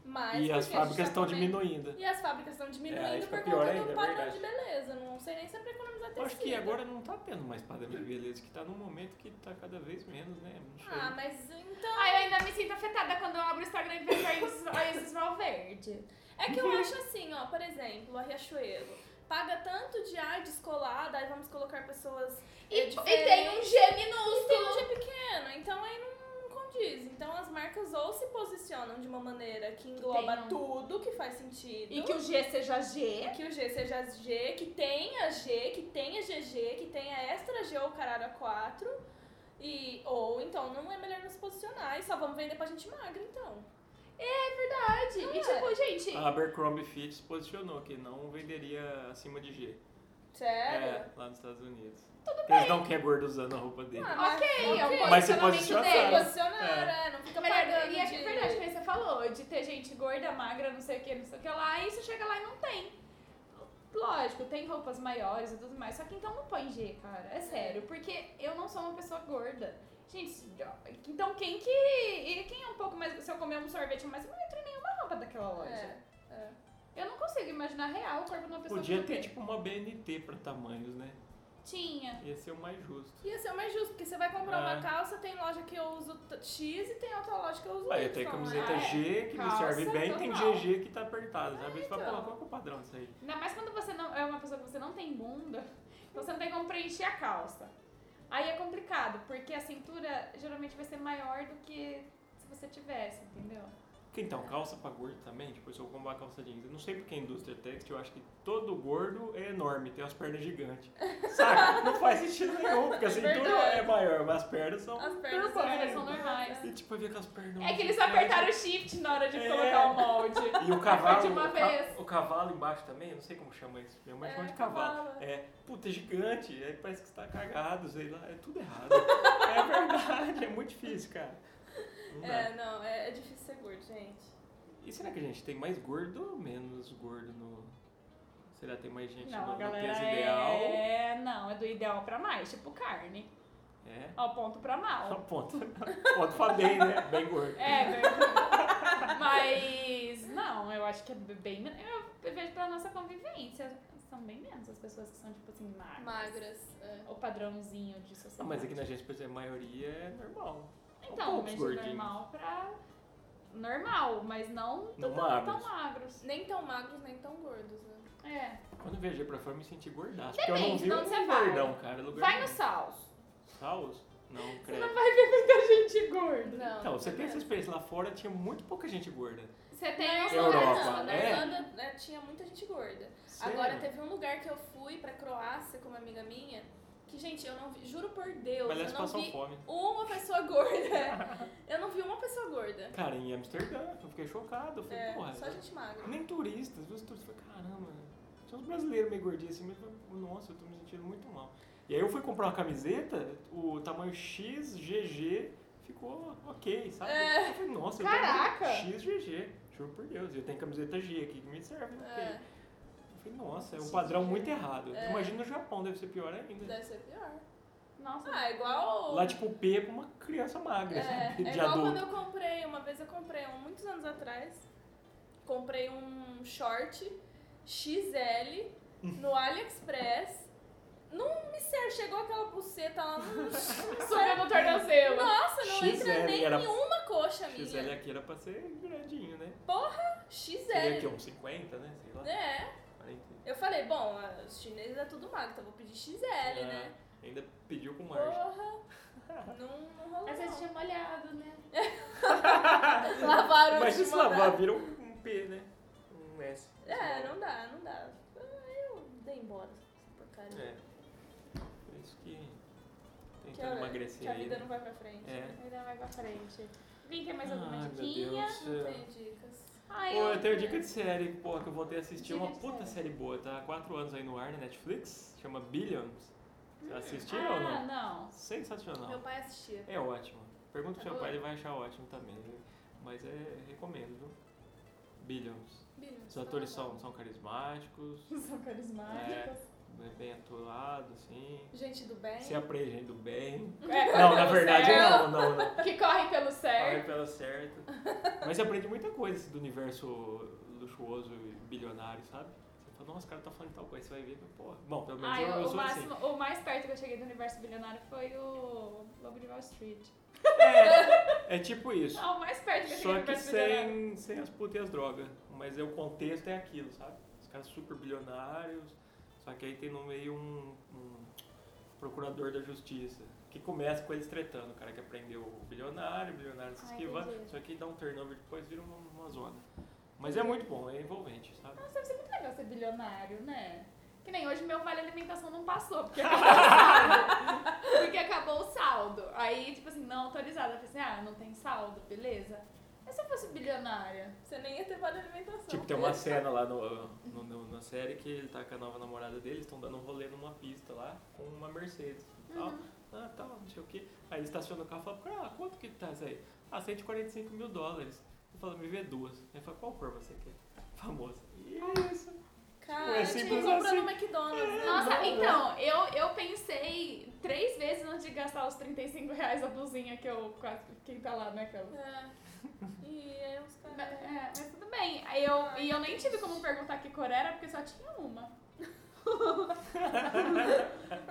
Speaker 1: mas.
Speaker 2: E as
Speaker 1: porque a gente
Speaker 2: fábricas
Speaker 1: tá
Speaker 2: estão
Speaker 1: comendo-
Speaker 2: diminuindo.
Speaker 1: E as fábricas estão
Speaker 2: É, aí
Speaker 1: diminuindo
Speaker 2: fica
Speaker 1: por
Speaker 2: pior
Speaker 1: conta
Speaker 2: ainda,
Speaker 1: do
Speaker 2: é
Speaker 1: padrão
Speaker 2: verdade.
Speaker 1: de beleza. Não sei nem se é pra economizar
Speaker 2: Eu
Speaker 1: tecido.
Speaker 2: acho que agora não tá tendo mais padrão de beleza, que tá num momento que tá cada vez menos, né? Não sei.
Speaker 1: Ah, mas então.
Speaker 3: Ai, eu ainda me sinto afetada quando eu abro o Instagram e vejo aí esses- aí esses mal verde.
Speaker 1: É que eu acho assim, ó, por exemplo, a Riachuelo. Paga tanto de ar descolada, aí vamos colocar pessoas.
Speaker 3: E,
Speaker 1: é,
Speaker 3: e
Speaker 1: diferentes.
Speaker 3: tem um G
Speaker 1: E tem um
Speaker 3: minúsculo.
Speaker 1: G pequeno, então aí não condiz. Então as marcas ou se posicionam de uma maneira que engloba
Speaker 3: tenha um-
Speaker 1: tudo que faz sentido.
Speaker 3: E que o G seja G.
Speaker 1: que o G seja as G, que tenha G, que tenha GG, que tenha extra G ou caralho a 4. E, ou então não é melhor nos posicionar e só vamos vender pra gente magra, então.
Speaker 3: É, Verdade.
Speaker 1: Não
Speaker 3: e
Speaker 1: é.
Speaker 3: tipo, gente,
Speaker 2: A Abercrombie Fitch se posicionou que não venderia acima de G.
Speaker 1: Sério?
Speaker 2: É, lá nos Estados Unidos. Porque eles não querem gordo usando a roupa dele.
Speaker 1: Ah,
Speaker 3: ok, é um
Speaker 1: ok.
Speaker 2: Mas se
Speaker 3: posicionamento
Speaker 2: posiciona,
Speaker 3: deles.
Speaker 2: sabe?
Speaker 1: Posicionar, é. não fica
Speaker 3: Melhor,
Speaker 1: pagando
Speaker 3: e é
Speaker 1: de...
Speaker 3: verdade que você falou, de ter gente gorda, magra, não sei o que, não sei o que lá, e você chega lá e não tem. Lógico, tem roupas maiores e tudo mais, só que então não põe G, cara, é sério, porque eu não sou uma pessoa gorda. Gente, então quem que. e Quem é um pouco mais. Se eu comer um sorvete mais, eu não entro em nenhuma roupa daquela loja.
Speaker 1: É, é.
Speaker 3: Eu não consigo imaginar real o corpo de uma pessoa
Speaker 2: Podia
Speaker 3: que não
Speaker 2: ter
Speaker 3: tem.
Speaker 2: tipo uma BNT pra tamanhos, né?
Speaker 3: Tinha.
Speaker 2: Ia ser o mais justo.
Speaker 1: Ia ser assim, é mais justo, porque você vai comprar uma
Speaker 2: É.
Speaker 1: calça, tem loja que eu uso t- X e tem outra loja que eu uso
Speaker 2: Aí
Speaker 1: Y.
Speaker 2: tem
Speaker 1: né?
Speaker 2: camiseta
Speaker 3: é.
Speaker 2: G que
Speaker 3: Calça,
Speaker 2: me serve bem, tem
Speaker 3: total.
Speaker 2: GG que tá apertado. Sabe? Você fala, pô,
Speaker 1: então.
Speaker 2: qual que é o padrão disso aí?
Speaker 3: Ainda mais quando você não é uma pessoa que você não tem bunda, então você não tem como preencher a calça. Aí é complicado, porque a cintura geralmente vai ser maior do que se você tivesse, entendeu?
Speaker 2: Porque, Então, calça pra gordo também, tipo, se eu comprar calça jeans, eu não sei porque a indústria têxtil, eu acho que todo gordo é enorme, tem as pernas
Speaker 1: [laughs]
Speaker 2: gigantes. Saca? não faz sentido nenhum, porque a cintura
Speaker 1: Verdade.
Speaker 2: é maior, mas as pernas são.
Speaker 1: As pernas
Speaker 2: normais.
Speaker 3: Elas são normais.
Speaker 2: E tipo, havia aquelas pernas.
Speaker 3: É que eles apertaram o shift na hora de
Speaker 2: É.
Speaker 3: colocar o molde.
Speaker 2: E o cavalo.
Speaker 3: de uma
Speaker 2: o, ca-
Speaker 3: vez.
Speaker 2: o cavalo embaixo também, eu não sei como chama isso. Minha mãe
Speaker 1: É,
Speaker 2: chama de cavalo.
Speaker 1: cavalo.
Speaker 2: É, puta, é gigante. Aí parece que você tá cagado, sei lá, é tudo errado. [laughs] é verdade, é muito difícil, cara. Não dá.
Speaker 1: É, não, é, é difícil ser gordo, gente.
Speaker 2: E será que a gente tem mais gordo ou menos gordo no. Será que tem mais gente
Speaker 3: Não, a
Speaker 2: no, no
Speaker 3: galera
Speaker 2: peso ideal?
Speaker 3: é... Não, é do ideal pra mais, tipo carne.
Speaker 2: É.
Speaker 3: Ó, ponto pra
Speaker 2: Só um
Speaker 3: mal.
Speaker 2: ponto. [laughs] ponto pra bem, né? Bem gordo.
Speaker 3: Ah, É, verdade. mas não, eu acho que é bem menos. Eu vejo pela nossa convivência, são bem menos as pessoas que são, tipo assim, magras.
Speaker 1: Magras. é.
Speaker 3: o padrãozinho de sociedade.
Speaker 2: Não, mas é aqui na gente, por exemplo, a maioria é normal. São
Speaker 3: Então, mas
Speaker 2: poucos
Speaker 3: de
Speaker 2: gordinhos.
Speaker 3: normal pra. Normal, mas não,
Speaker 2: Não
Speaker 3: tão-
Speaker 2: magros.
Speaker 3: tão magros.
Speaker 1: Nem tão magros, nem tão gordos, né?
Speaker 3: É.
Speaker 2: Quando eu viajei pra fora, eu me senti gordaço. Porque eu não
Speaker 3: Depende,
Speaker 2: vi
Speaker 3: de onde você
Speaker 2: um
Speaker 3: vai.
Speaker 2: gordão, cara. Lugar
Speaker 3: Vai no
Speaker 2: nenhum.
Speaker 3: Saus.
Speaker 2: Saos? Não,
Speaker 3: Você não
Speaker 2: credo.
Speaker 3: vai ver muita gente gorda.
Speaker 1: Não.
Speaker 2: Então, você tem essa
Speaker 1: essas
Speaker 2: experiência. Lá fora tinha muito pouca gente gorda.
Speaker 3: Você tem um
Speaker 1: tem
Speaker 3: os
Speaker 2: Europa,
Speaker 3: lugares.
Speaker 1: não, na
Speaker 2: é?
Speaker 1: Irlanda né, tinha muita gente gorda.
Speaker 2: Sério?
Speaker 1: Agora teve um lugar que eu fui pra Croácia com uma amiga minha, que, gente, eu não vi, juro por Deus,
Speaker 2: Mas elas
Speaker 1: eu não
Speaker 2: passam
Speaker 1: vi
Speaker 2: fome.
Speaker 1: uma
Speaker 2: [laughs]
Speaker 1: pessoa gorda. eu não vi uma pessoa gorda.
Speaker 2: Cara, em Amsterdã, eu fiquei chocado. Eu falei,
Speaker 1: É,
Speaker 2: porra, né?
Speaker 1: só gente magra.
Speaker 2: nem turistas. Os turistas, eu falei, caramba. Tinha uns brasileiros meio gordinhos assim, mas eu falei, nossa, eu tô me sentindo muito mal. E aí eu fui comprar uma camiseta, o tamanho XGG ficou ok, sabe?
Speaker 1: É.
Speaker 2: Eu falei, nossa,
Speaker 3: Caraca!
Speaker 2: eu tenho XGG. Juro por Deus, eu tenho camiseta G aqui que me serve, ok.
Speaker 1: É,
Speaker 2: Eu falei, nossa, é um
Speaker 1: Sim.
Speaker 2: padrão muito errado.
Speaker 1: É.
Speaker 2: Imagina no Japão, deve ser pior ainda.
Speaker 1: deve ser pior.
Speaker 3: Nossa.
Speaker 1: Ah, igual.
Speaker 2: Lá, tipo, o P é pra uma criança magra,
Speaker 1: É,
Speaker 2: sabe?
Speaker 1: é
Speaker 2: De
Speaker 1: igual
Speaker 2: adulto.
Speaker 1: quando eu comprei, uma vez eu comprei um, muitos anos atrás, comprei um short XL
Speaker 2: [laughs]
Speaker 1: no AliExpress. Não me serve, chegou aquela buceta lá, não,
Speaker 3: Subiu no tornozelo.
Speaker 1: nossa, não
Speaker 2: XL
Speaker 1: entra nem
Speaker 2: era-
Speaker 1: nenhuma coxa minha.
Speaker 2: XL aqui era pra ser grandinho, né? Seria aqui
Speaker 1: XL.
Speaker 2: uns 50, né? Sei lá.
Speaker 1: É,
Speaker 2: 40.
Speaker 1: eu falei, bom, os chineses é tudo magro, então eu vou pedir XL,
Speaker 2: É.
Speaker 1: né?
Speaker 2: Ainda pediu com margem.
Speaker 1: Porra! Não, não rolou.
Speaker 3: Mas
Speaker 1: não.
Speaker 3: você tinha molhado, né?
Speaker 1: Lavaram
Speaker 2: Mas
Speaker 1: de
Speaker 2: se
Speaker 1: mandar.
Speaker 2: lavar, vira um, um P, né? Um S.
Speaker 1: É, não dá, não dá. Ah, Eu dei embora essa porcaria.
Speaker 2: É. Por isso que
Speaker 1: né? Que
Speaker 2: tentando
Speaker 1: a-
Speaker 2: emagrecer
Speaker 1: Que a
Speaker 2: aí.
Speaker 1: vida
Speaker 2: Né?
Speaker 1: não vai pra frente.
Speaker 2: É.
Speaker 3: Ainda vai pra frente. Vem, tem mais alguma
Speaker 2: Ai, meu
Speaker 3: diquinha?
Speaker 2: Deus do
Speaker 1: Não
Speaker 2: céu.
Speaker 1: tem dicas.
Speaker 3: Ai,
Speaker 2: Pô, eu tenho dica de série, pô, que eu voltei a assistir. É uma
Speaker 3: Dica de
Speaker 2: puta
Speaker 3: série.
Speaker 2: série boa, tá? Há quatro anos aí no ar na Netflix. Chama Billions. Vocês assistiram ou
Speaker 3: Ah,
Speaker 2: não?
Speaker 3: não.
Speaker 1: Hum. Meu Tá
Speaker 2: Sensacional.
Speaker 1: pai assistia.
Speaker 2: É ótimo. Pergunta pro seu
Speaker 1: Boa.
Speaker 2: pai, ele vai achar ótimo também. né? Mas é, recomendo, viu? Billions.
Speaker 1: [laughs] Bilhões.
Speaker 2: Os
Speaker 1: tá
Speaker 2: atores
Speaker 1: bom.
Speaker 2: são, são carismáticos,
Speaker 3: São carismáticos.
Speaker 2: bem- bem atuados, assim.
Speaker 1: Gente do bem. [laughs]
Speaker 2: Se aprende gente do bem.
Speaker 3: É, corre
Speaker 2: Não,
Speaker 3: pelo
Speaker 2: na verdade
Speaker 3: certo.
Speaker 2: não, não, não.
Speaker 3: Que corre pelo
Speaker 2: Corre
Speaker 3: certo.
Speaker 2: pela certa. Mas você aprende muita coisa assim, do universo luxuoso e bilionário, sabe? Você fala, nossa, o cara tá falando tal coisa, você vai ver, mas, pô. Bom, pelo menos
Speaker 3: Ai,
Speaker 2: eu, eu
Speaker 3: o, o
Speaker 2: sou assim.
Speaker 3: máximo, o mais perto que eu cheguei do universo bilionário foi o Lobo de Wall Street.
Speaker 2: É, é tipo isso.
Speaker 3: Ah, o mais perto que eu cheguei
Speaker 2: Só
Speaker 3: do
Speaker 2: que
Speaker 3: universo bilionário.
Speaker 2: sem, sem as putas e as drogas. Mas é, o contexto é aquilo, sabe? Os caras super bilionários. Só que aí tem no meio um, um procurador da justiça. Que começa com eles tretando. O cara que aprendeu o bilionário, o bilionário se
Speaker 3: Ah,
Speaker 2: esquiva.
Speaker 3: entendi.
Speaker 2: Só que dá um turnover depois vira uma, uma zona. Mas é muito bom, é envolvente, sabe?
Speaker 3: Nossa, deve ser muito legal ser bilionário, né? Que nem hoje meu vale alimentação não passou,
Speaker 2: [laughs]
Speaker 3: porque acabou o saldo. porque acabou o saldo. Aí, tipo assim, não autorizada. Eu falei assim, ah, não tem saldo, beleza. Mas se eu fosse bilionária?
Speaker 1: Você nem ia ter vale alimentação.
Speaker 2: Tipo, tem uma cena lá no, no- no- na série que ele tá com a nova namorada dele, eles estão dando um rolê numa pista lá com uma Mercedes e tal. Ah, tal, não sei o quê. Aí ele estaciona o carro e fala, pro cara, ah, quanto que tá isso aí? Ah, 145 mil dólares. Ele fala, me vê duas. Ele fala, qual cor você quer? [laughs] Famosa. E é isso. É
Speaker 1: Cara, tipo, eu tinha que
Speaker 2: simples
Speaker 1: comprar no
Speaker 2: assim.
Speaker 1: McDonald's. né?
Speaker 3: Nossa,
Speaker 2: não,
Speaker 3: então, eu, eu pensei três vezes antes de gastar os 35 reais a blusinha que eu quase fiquei lá, né, que eu-
Speaker 1: É. E aí uns
Speaker 3: Ma-
Speaker 1: caras.
Speaker 3: é, mas tudo bem. Aí eu, e eu nem tive como perguntar que cor era, porque só tinha
Speaker 2: [laughs]
Speaker 3: uma.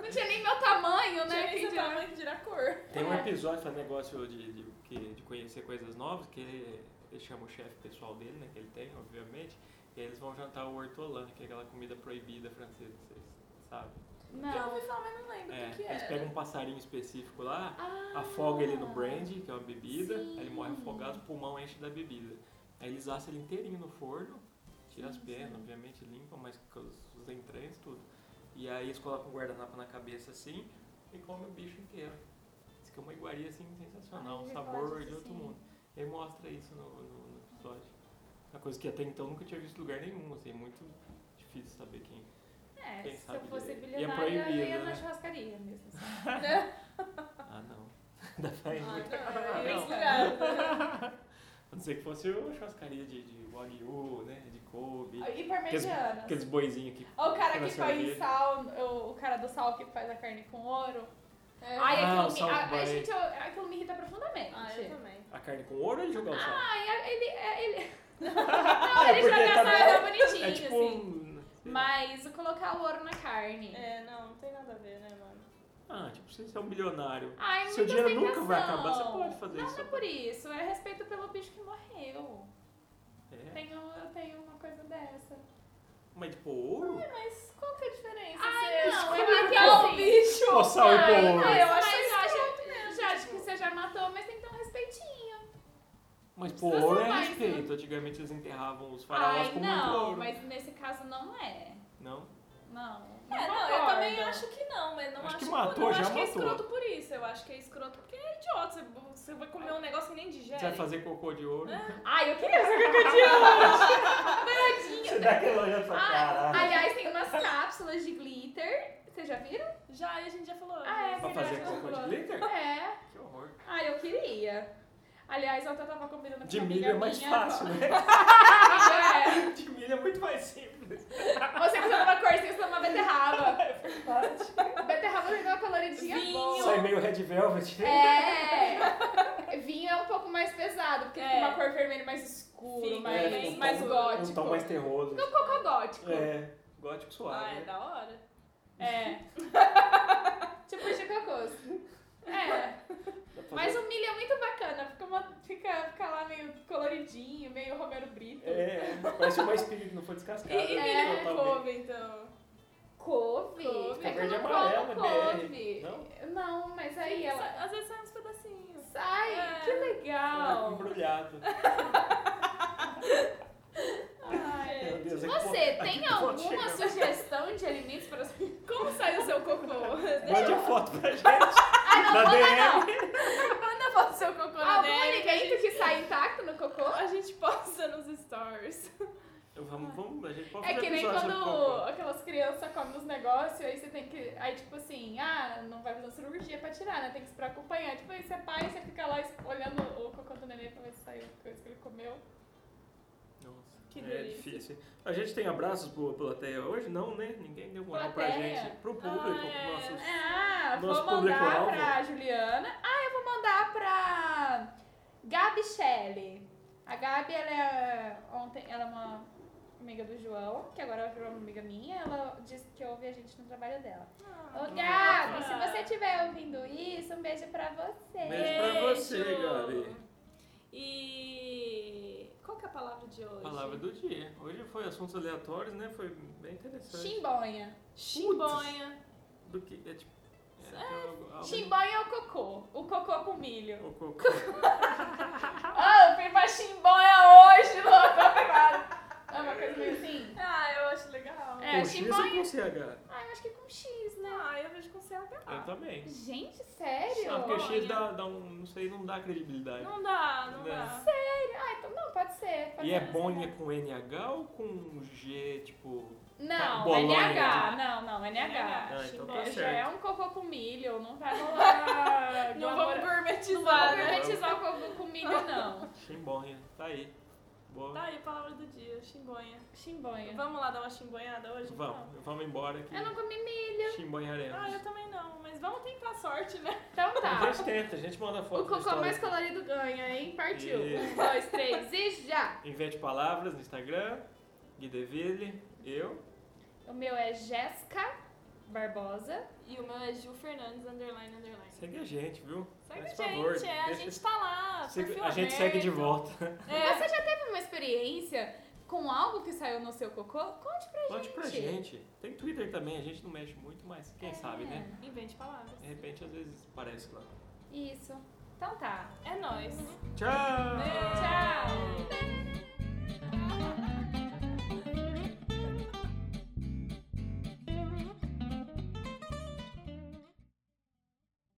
Speaker 3: Não tinha nem meu tamanho, né?
Speaker 1: Tinha
Speaker 3: quem
Speaker 1: que
Speaker 3: dirá.
Speaker 1: é tamanho que dirá cor.
Speaker 2: Tem um
Speaker 3: É.
Speaker 2: episódio, faz negócio de, de, que- de conhecer coisas novas, que ele, ele chama o chefe pessoal dele, né, que ele tem, obviamente, e aí eles vão jantar o hortolã, que é aquela comida proibida francesa, vocês sabem.
Speaker 1: Já
Speaker 3: Não.
Speaker 1: ouvi falar, mas [laughs] não lembro
Speaker 2: É,
Speaker 1: o que que
Speaker 2: eles
Speaker 1: era. Ah,
Speaker 2: pegam um passarinho específico lá,
Speaker 3: Ah.
Speaker 2: afoga ele no brandy, que é uma bebida,
Speaker 3: Sim.
Speaker 2: aí ele morre afogado, o pulmão enche da bebida. Aí eles assam ele inteirinho no forno, tiram as
Speaker 3: Sim,
Speaker 2: pernas, obviamente limpam, mas com os os entranhos, tudo. E aí eles colocam o guardanapo na cabeça assim e comem o bicho inteiro. Diz que é uma iguaria assim sensacional,
Speaker 3: Ai,
Speaker 2: um
Speaker 3: verdade,
Speaker 2: sabor
Speaker 3: isso
Speaker 2: de outro
Speaker 3: sim.
Speaker 2: mundo. E aí mostra isso no, no- no episódio. Uma coisa que até então eu nunca tinha visto em lugar nenhum, assim, é muito difícil saber quem.
Speaker 3: É,
Speaker 2: Quem
Speaker 3: se eu
Speaker 2: sabe
Speaker 3: fosse
Speaker 2: direito. E é
Speaker 3: bilionária, eu ia
Speaker 2: proibido,
Speaker 3: na
Speaker 2: né?
Speaker 3: churrascaria mesmo. assim.
Speaker 2: Ah não. [laughs] Dá pra
Speaker 1: Ah,
Speaker 2: ir né? muito
Speaker 1: não,
Speaker 2: [laughs]
Speaker 1: eu ia
Speaker 2: Não.
Speaker 3: [laughs]
Speaker 1: explorar.
Speaker 2: [laughs] A não ser que fosse uma churrascaria de, de Wagyu, né? De Kobe.
Speaker 3: E parmegiana.
Speaker 2: Aqueles boizinhos que.
Speaker 3: Ou o cara
Speaker 2: Pra
Speaker 3: que
Speaker 2: sorvete.
Speaker 3: faz sal, o, o cara do sal que faz a carne com ouro.
Speaker 1: É.
Speaker 3: Ai,
Speaker 2: Ah,
Speaker 3: aquilo, me,
Speaker 2: o
Speaker 3: a-
Speaker 2: South
Speaker 3: ai,
Speaker 2: Bay.
Speaker 3: gente, eu- aquilo me irrita profundamente.
Speaker 1: Ah, eu também.
Speaker 2: A carne com ouro ou ele jogar o [laughs] sal?
Speaker 3: Ai, ele. é- ele...
Speaker 2: Ah,
Speaker 3: Ah! Não, ele
Speaker 2: porque
Speaker 3: joga
Speaker 2: tá
Speaker 3: sal e dá
Speaker 2: bem-
Speaker 3: bonitinho,
Speaker 2: É tipo.
Speaker 3: assim.
Speaker 2: um- sei lá.
Speaker 3: Mas colocar o ouro na carne.
Speaker 1: É, não, não tem nada a ver, né, mano?
Speaker 2: Ah, tipo, você é um bilionário.
Speaker 3: Ai,
Speaker 2: Seu
Speaker 3: muita
Speaker 2: dinheiro nunca vai
Speaker 3: ostentação.
Speaker 2: acabar, você pode fazer
Speaker 3: não,
Speaker 2: isso.
Speaker 3: Não é por isso, é respeito pelo bicho que morreu.
Speaker 2: É.
Speaker 3: Tenho, eu tenho uma coisa dessa.
Speaker 2: Mas tipo, ouro?
Speaker 1: Mas qual que é a diferença?
Speaker 3: Ai,
Speaker 1: Você
Speaker 3: não, é
Speaker 1: escolhe
Speaker 3: porque
Speaker 1: qual
Speaker 3: assim-
Speaker 1: bicho.
Speaker 2: Pô, sal e
Speaker 3: Ai,
Speaker 2: pão
Speaker 3: não, é.
Speaker 2: ouro.
Speaker 3: eu acho,
Speaker 1: Mas
Speaker 3: mas eu acho,
Speaker 1: escroto mesmo,
Speaker 3: já acho
Speaker 1: tipo.
Speaker 3: que você já matou, mas tem que ter um respeitinho.
Speaker 2: Mas
Speaker 3: Não
Speaker 2: pô,
Speaker 3: precisa
Speaker 2: ouro
Speaker 3: ser
Speaker 2: é
Speaker 3: mais,
Speaker 2: respeito. Antigamente eles enterravam os faraós
Speaker 3: Ai,
Speaker 2: com muito
Speaker 3: não,
Speaker 2: ouro.
Speaker 3: mas nesse caso não é.
Speaker 2: Não?
Speaker 3: Não.
Speaker 1: É, não, eu também
Speaker 3: concordo.
Speaker 1: acho que não, mas não
Speaker 2: Acho
Speaker 1: acho,
Speaker 2: que matou,
Speaker 1: não
Speaker 2: já
Speaker 1: acho que é
Speaker 2: matou.
Speaker 1: escroto por isso. Eu acho que é escroto porque é idiota. Você, você vai comer um negócio que nem digere.
Speaker 2: Você vai fazer cocô de ouro?
Speaker 3: Ai, eu
Speaker 1: [laughs]
Speaker 3: queria ser crocodilo. Baratinho.
Speaker 2: dá aquela olhada
Speaker 3: Ah, aliás, tem umas cápsulas de glitter. Vocês já viram?
Speaker 1: Já, e a gente já falou.
Speaker 3: Ah, é
Speaker 1: né?
Speaker 2: Pra fazer
Speaker 3: verdade,
Speaker 2: cocô de
Speaker 3: horror.
Speaker 2: glitter?
Speaker 3: É.
Speaker 2: Que horror.
Speaker 3: Ai, eu queria. Aliás, ontem eu tava combinando com
Speaker 2: De
Speaker 3: uma
Speaker 2: milho
Speaker 3: amiga
Speaker 2: é mais
Speaker 3: minha,
Speaker 2: fácil, né? [laughs]
Speaker 3: É.
Speaker 2: De milho é muito mais simples.
Speaker 3: Você precisa de uma cor, você precisa de uma
Speaker 2: [laughs]
Speaker 3: beterraba.
Speaker 2: É
Speaker 3: A beterraba tem uma coloridinha
Speaker 1: Vinho.
Speaker 3: boa.
Speaker 2: Sai meio red velvet, né?
Speaker 3: É. Vinho é um pouco mais pesado, porque
Speaker 1: É.
Speaker 3: tem uma cor vermelha mais escuro,
Speaker 1: Fica
Speaker 2: É,
Speaker 3: mais,
Speaker 2: fica
Speaker 1: bem-
Speaker 2: um
Speaker 3: mais
Speaker 2: tom-
Speaker 3: gótico.
Speaker 2: Um tom mais terroso.
Speaker 3: Fica um cocô gótico.
Speaker 2: É, gótico suave.
Speaker 1: Ah, é
Speaker 2: né?
Speaker 1: da hora.
Speaker 2: [laughs]
Speaker 3: É. tipo de cocôs.
Speaker 2: [laughs]
Speaker 3: É.
Speaker 2: Dá pra
Speaker 3: Mas
Speaker 2: fazer-
Speaker 3: o milho é muito bacana. Fica, uma- fica- fica lá meio coloridinho, meio Romero Brito.
Speaker 2: É, parece uma espiga que não foi descascada.
Speaker 1: E, e
Speaker 2: né?
Speaker 3: é,
Speaker 1: milho não
Speaker 2: Totalmente.
Speaker 1: come, então.
Speaker 3: Couve.
Speaker 1: Couve.
Speaker 2: É verde e
Speaker 3: que eu não
Speaker 2: amarelo,
Speaker 3: como
Speaker 2: é BR,
Speaker 3: couve.
Speaker 2: não?
Speaker 3: Não, mas aí ela...
Speaker 1: Às vezes sai uns pedacinhos.
Speaker 3: Sai,
Speaker 1: É.
Speaker 3: que
Speaker 2: Ah,
Speaker 3: legal.
Speaker 2: Embrulhado.
Speaker 3: Ai. [laughs]
Speaker 2: Meu Deus, é que ponto-
Speaker 3: Você
Speaker 2: a que
Speaker 3: tem
Speaker 2: ponto
Speaker 3: alguma
Speaker 2: chegamos?
Speaker 3: sugestão de alimentos para os...
Speaker 1: Como sai o seu cocô?
Speaker 2: Mande
Speaker 1: Deixa
Speaker 2: a foto
Speaker 3: [laughs]
Speaker 2: pra gente.
Speaker 3: Ah, não,
Speaker 2: Na
Speaker 3: manda
Speaker 2: DM.
Speaker 3: não.
Speaker 1: eu falar o seu cocô na
Speaker 3: Algum
Speaker 1: DM.
Speaker 3: alimento que sai intacto no cocô?
Speaker 1: A gente posta nos stories.
Speaker 2: Então Vamos, vamos, a gente pode
Speaker 3: É
Speaker 2: fazer
Speaker 3: que nem
Speaker 2: episódio sobre
Speaker 3: quando
Speaker 2: cocô.
Speaker 3: aquelas crianças comem os negócios, aí você tem que. Aí, tipo assim, ah, não vai fazer cirurgia pra tirar, né? Tem que esperar acompanhar. Tipo, aí você é pai, você fica lá es- olhando o cocô do neném pra ver se saiu coisa que ele comeu.
Speaker 2: Nossa,
Speaker 1: Que
Speaker 2: é
Speaker 1: delícia.
Speaker 2: difícil. A gente tem abraços pro plateia hoje? Não, né? Ninguém deu moral pra
Speaker 3: Plateia.
Speaker 2: gente. Pro público,
Speaker 1: Ah, é.
Speaker 2: pro nossos...
Speaker 3: Ah,
Speaker 2: Nosso
Speaker 3: vou mandar
Speaker 2: público-alvo?
Speaker 3: pra Juliana. Ah, eu vou mandar pra Gabi Shelley. A Gabi, ela é, ontem, ela é uma amiga do João, que agora virou uma amiga minha. Ela disse que ouve a gente no trabalho dela. Ô, Gabi, se você estiver ouvindo isso, um beijo pra você.
Speaker 2: Beijo pra você,
Speaker 1: Beijo.
Speaker 2: Gabi.
Speaker 1: E. Qual que é a palavra de hoje?
Speaker 2: Palavra do dia. Hoje foi assuntos aleatórios, né? Foi bem interessante.
Speaker 3: Chimbonha.
Speaker 1: Chimbonha.
Speaker 2: Do que é tipo. É, algo- algo-
Speaker 3: Chimbonha é o cocô. O cocô com milho.
Speaker 2: o
Speaker 1: [laughs]
Speaker 2: cocô.
Speaker 3: Ah, eu fui pra chimbonha hoje, [laughs] louco. É uma coisa meio assim.
Speaker 1: Ah, eu acho legal.
Speaker 3: É,
Speaker 2: com X ou
Speaker 3: chimbonha.
Speaker 2: com CH?
Speaker 3: Ah, eu acho que é com X, né?
Speaker 1: Ah, eu vejo com CH.
Speaker 2: Eu também.
Speaker 3: Gente, sério?
Speaker 2: Ah, porque X
Speaker 1: Olha.
Speaker 2: dá, dá um. Não sei, não dá credibilidade.
Speaker 1: Não dá, não dá.
Speaker 3: Sério? Ah, então não, pode ser. Pode
Speaker 2: E é
Speaker 3: ser.
Speaker 2: bonha com NH ou com G, tipo.
Speaker 3: Não,
Speaker 2: Bolonha.
Speaker 3: NH. Não, não, NH.
Speaker 2: Ah, então tá
Speaker 1: Chimbonha.
Speaker 3: Já
Speaker 2: certo.
Speaker 3: é um cocô com milho, não
Speaker 2: [laughs]
Speaker 3: vai rolar.
Speaker 1: Não
Speaker 3: glamour-
Speaker 1: vamos
Speaker 3: não vamos
Speaker 1: gourmetizar, né?
Speaker 3: gourmetizar o cocô com milho, não.
Speaker 2: Chimbonha. Tá aí. Boa.
Speaker 1: Tá aí, a palavra do dia, chimbonha.
Speaker 3: Chimbonha.
Speaker 1: Vamos lá dar uma chimbonhada hoje? então?
Speaker 2: Vamos, vamos embora que
Speaker 3: Eu não comi milho.
Speaker 2: chimbonharemos.
Speaker 1: Ah, eu também não, mas vamos tentar a sorte, né?
Speaker 3: Então tá.
Speaker 2: A gente tenta, a gente manda foto.
Speaker 3: O
Speaker 2: no
Speaker 3: cocô
Speaker 2: story.
Speaker 3: mais colorido ganha, hein? Partiu.
Speaker 2: E-
Speaker 3: Um, dois, três e já!
Speaker 2: Invente palavras no Instagram. Gui Deville, eu.
Speaker 3: O meu é Jéssica Barbosa.
Speaker 1: E o meu é Gil Fernandes, underline, underline.
Speaker 2: Segue a gente, viu?
Speaker 1: Segue a
Speaker 2: Faz
Speaker 1: gente,
Speaker 2: favor,
Speaker 1: é, a
Speaker 2: deixa-
Speaker 1: gente tá
Speaker 3: Ah,
Speaker 1: lá,
Speaker 2: Segue-
Speaker 1: perfil
Speaker 2: a gente
Speaker 1: aberto.
Speaker 2: segue
Speaker 3: [laughs]
Speaker 2: de volta.
Speaker 1: É,
Speaker 3: Você já teve uma experiência com algo que saiu no seu cocô? Conte pra
Speaker 2: Conte
Speaker 3: gente.
Speaker 2: pra gente. Tem Twitter também, a gente não mexe muito, mas quem
Speaker 3: É.
Speaker 2: sabe, né?
Speaker 1: invente palavras.
Speaker 2: De repente, às vezes, parece lá.
Speaker 3: Isso. Então tá.
Speaker 1: É nóis.
Speaker 2: Tchau!
Speaker 1: Beijo.
Speaker 3: Tchau.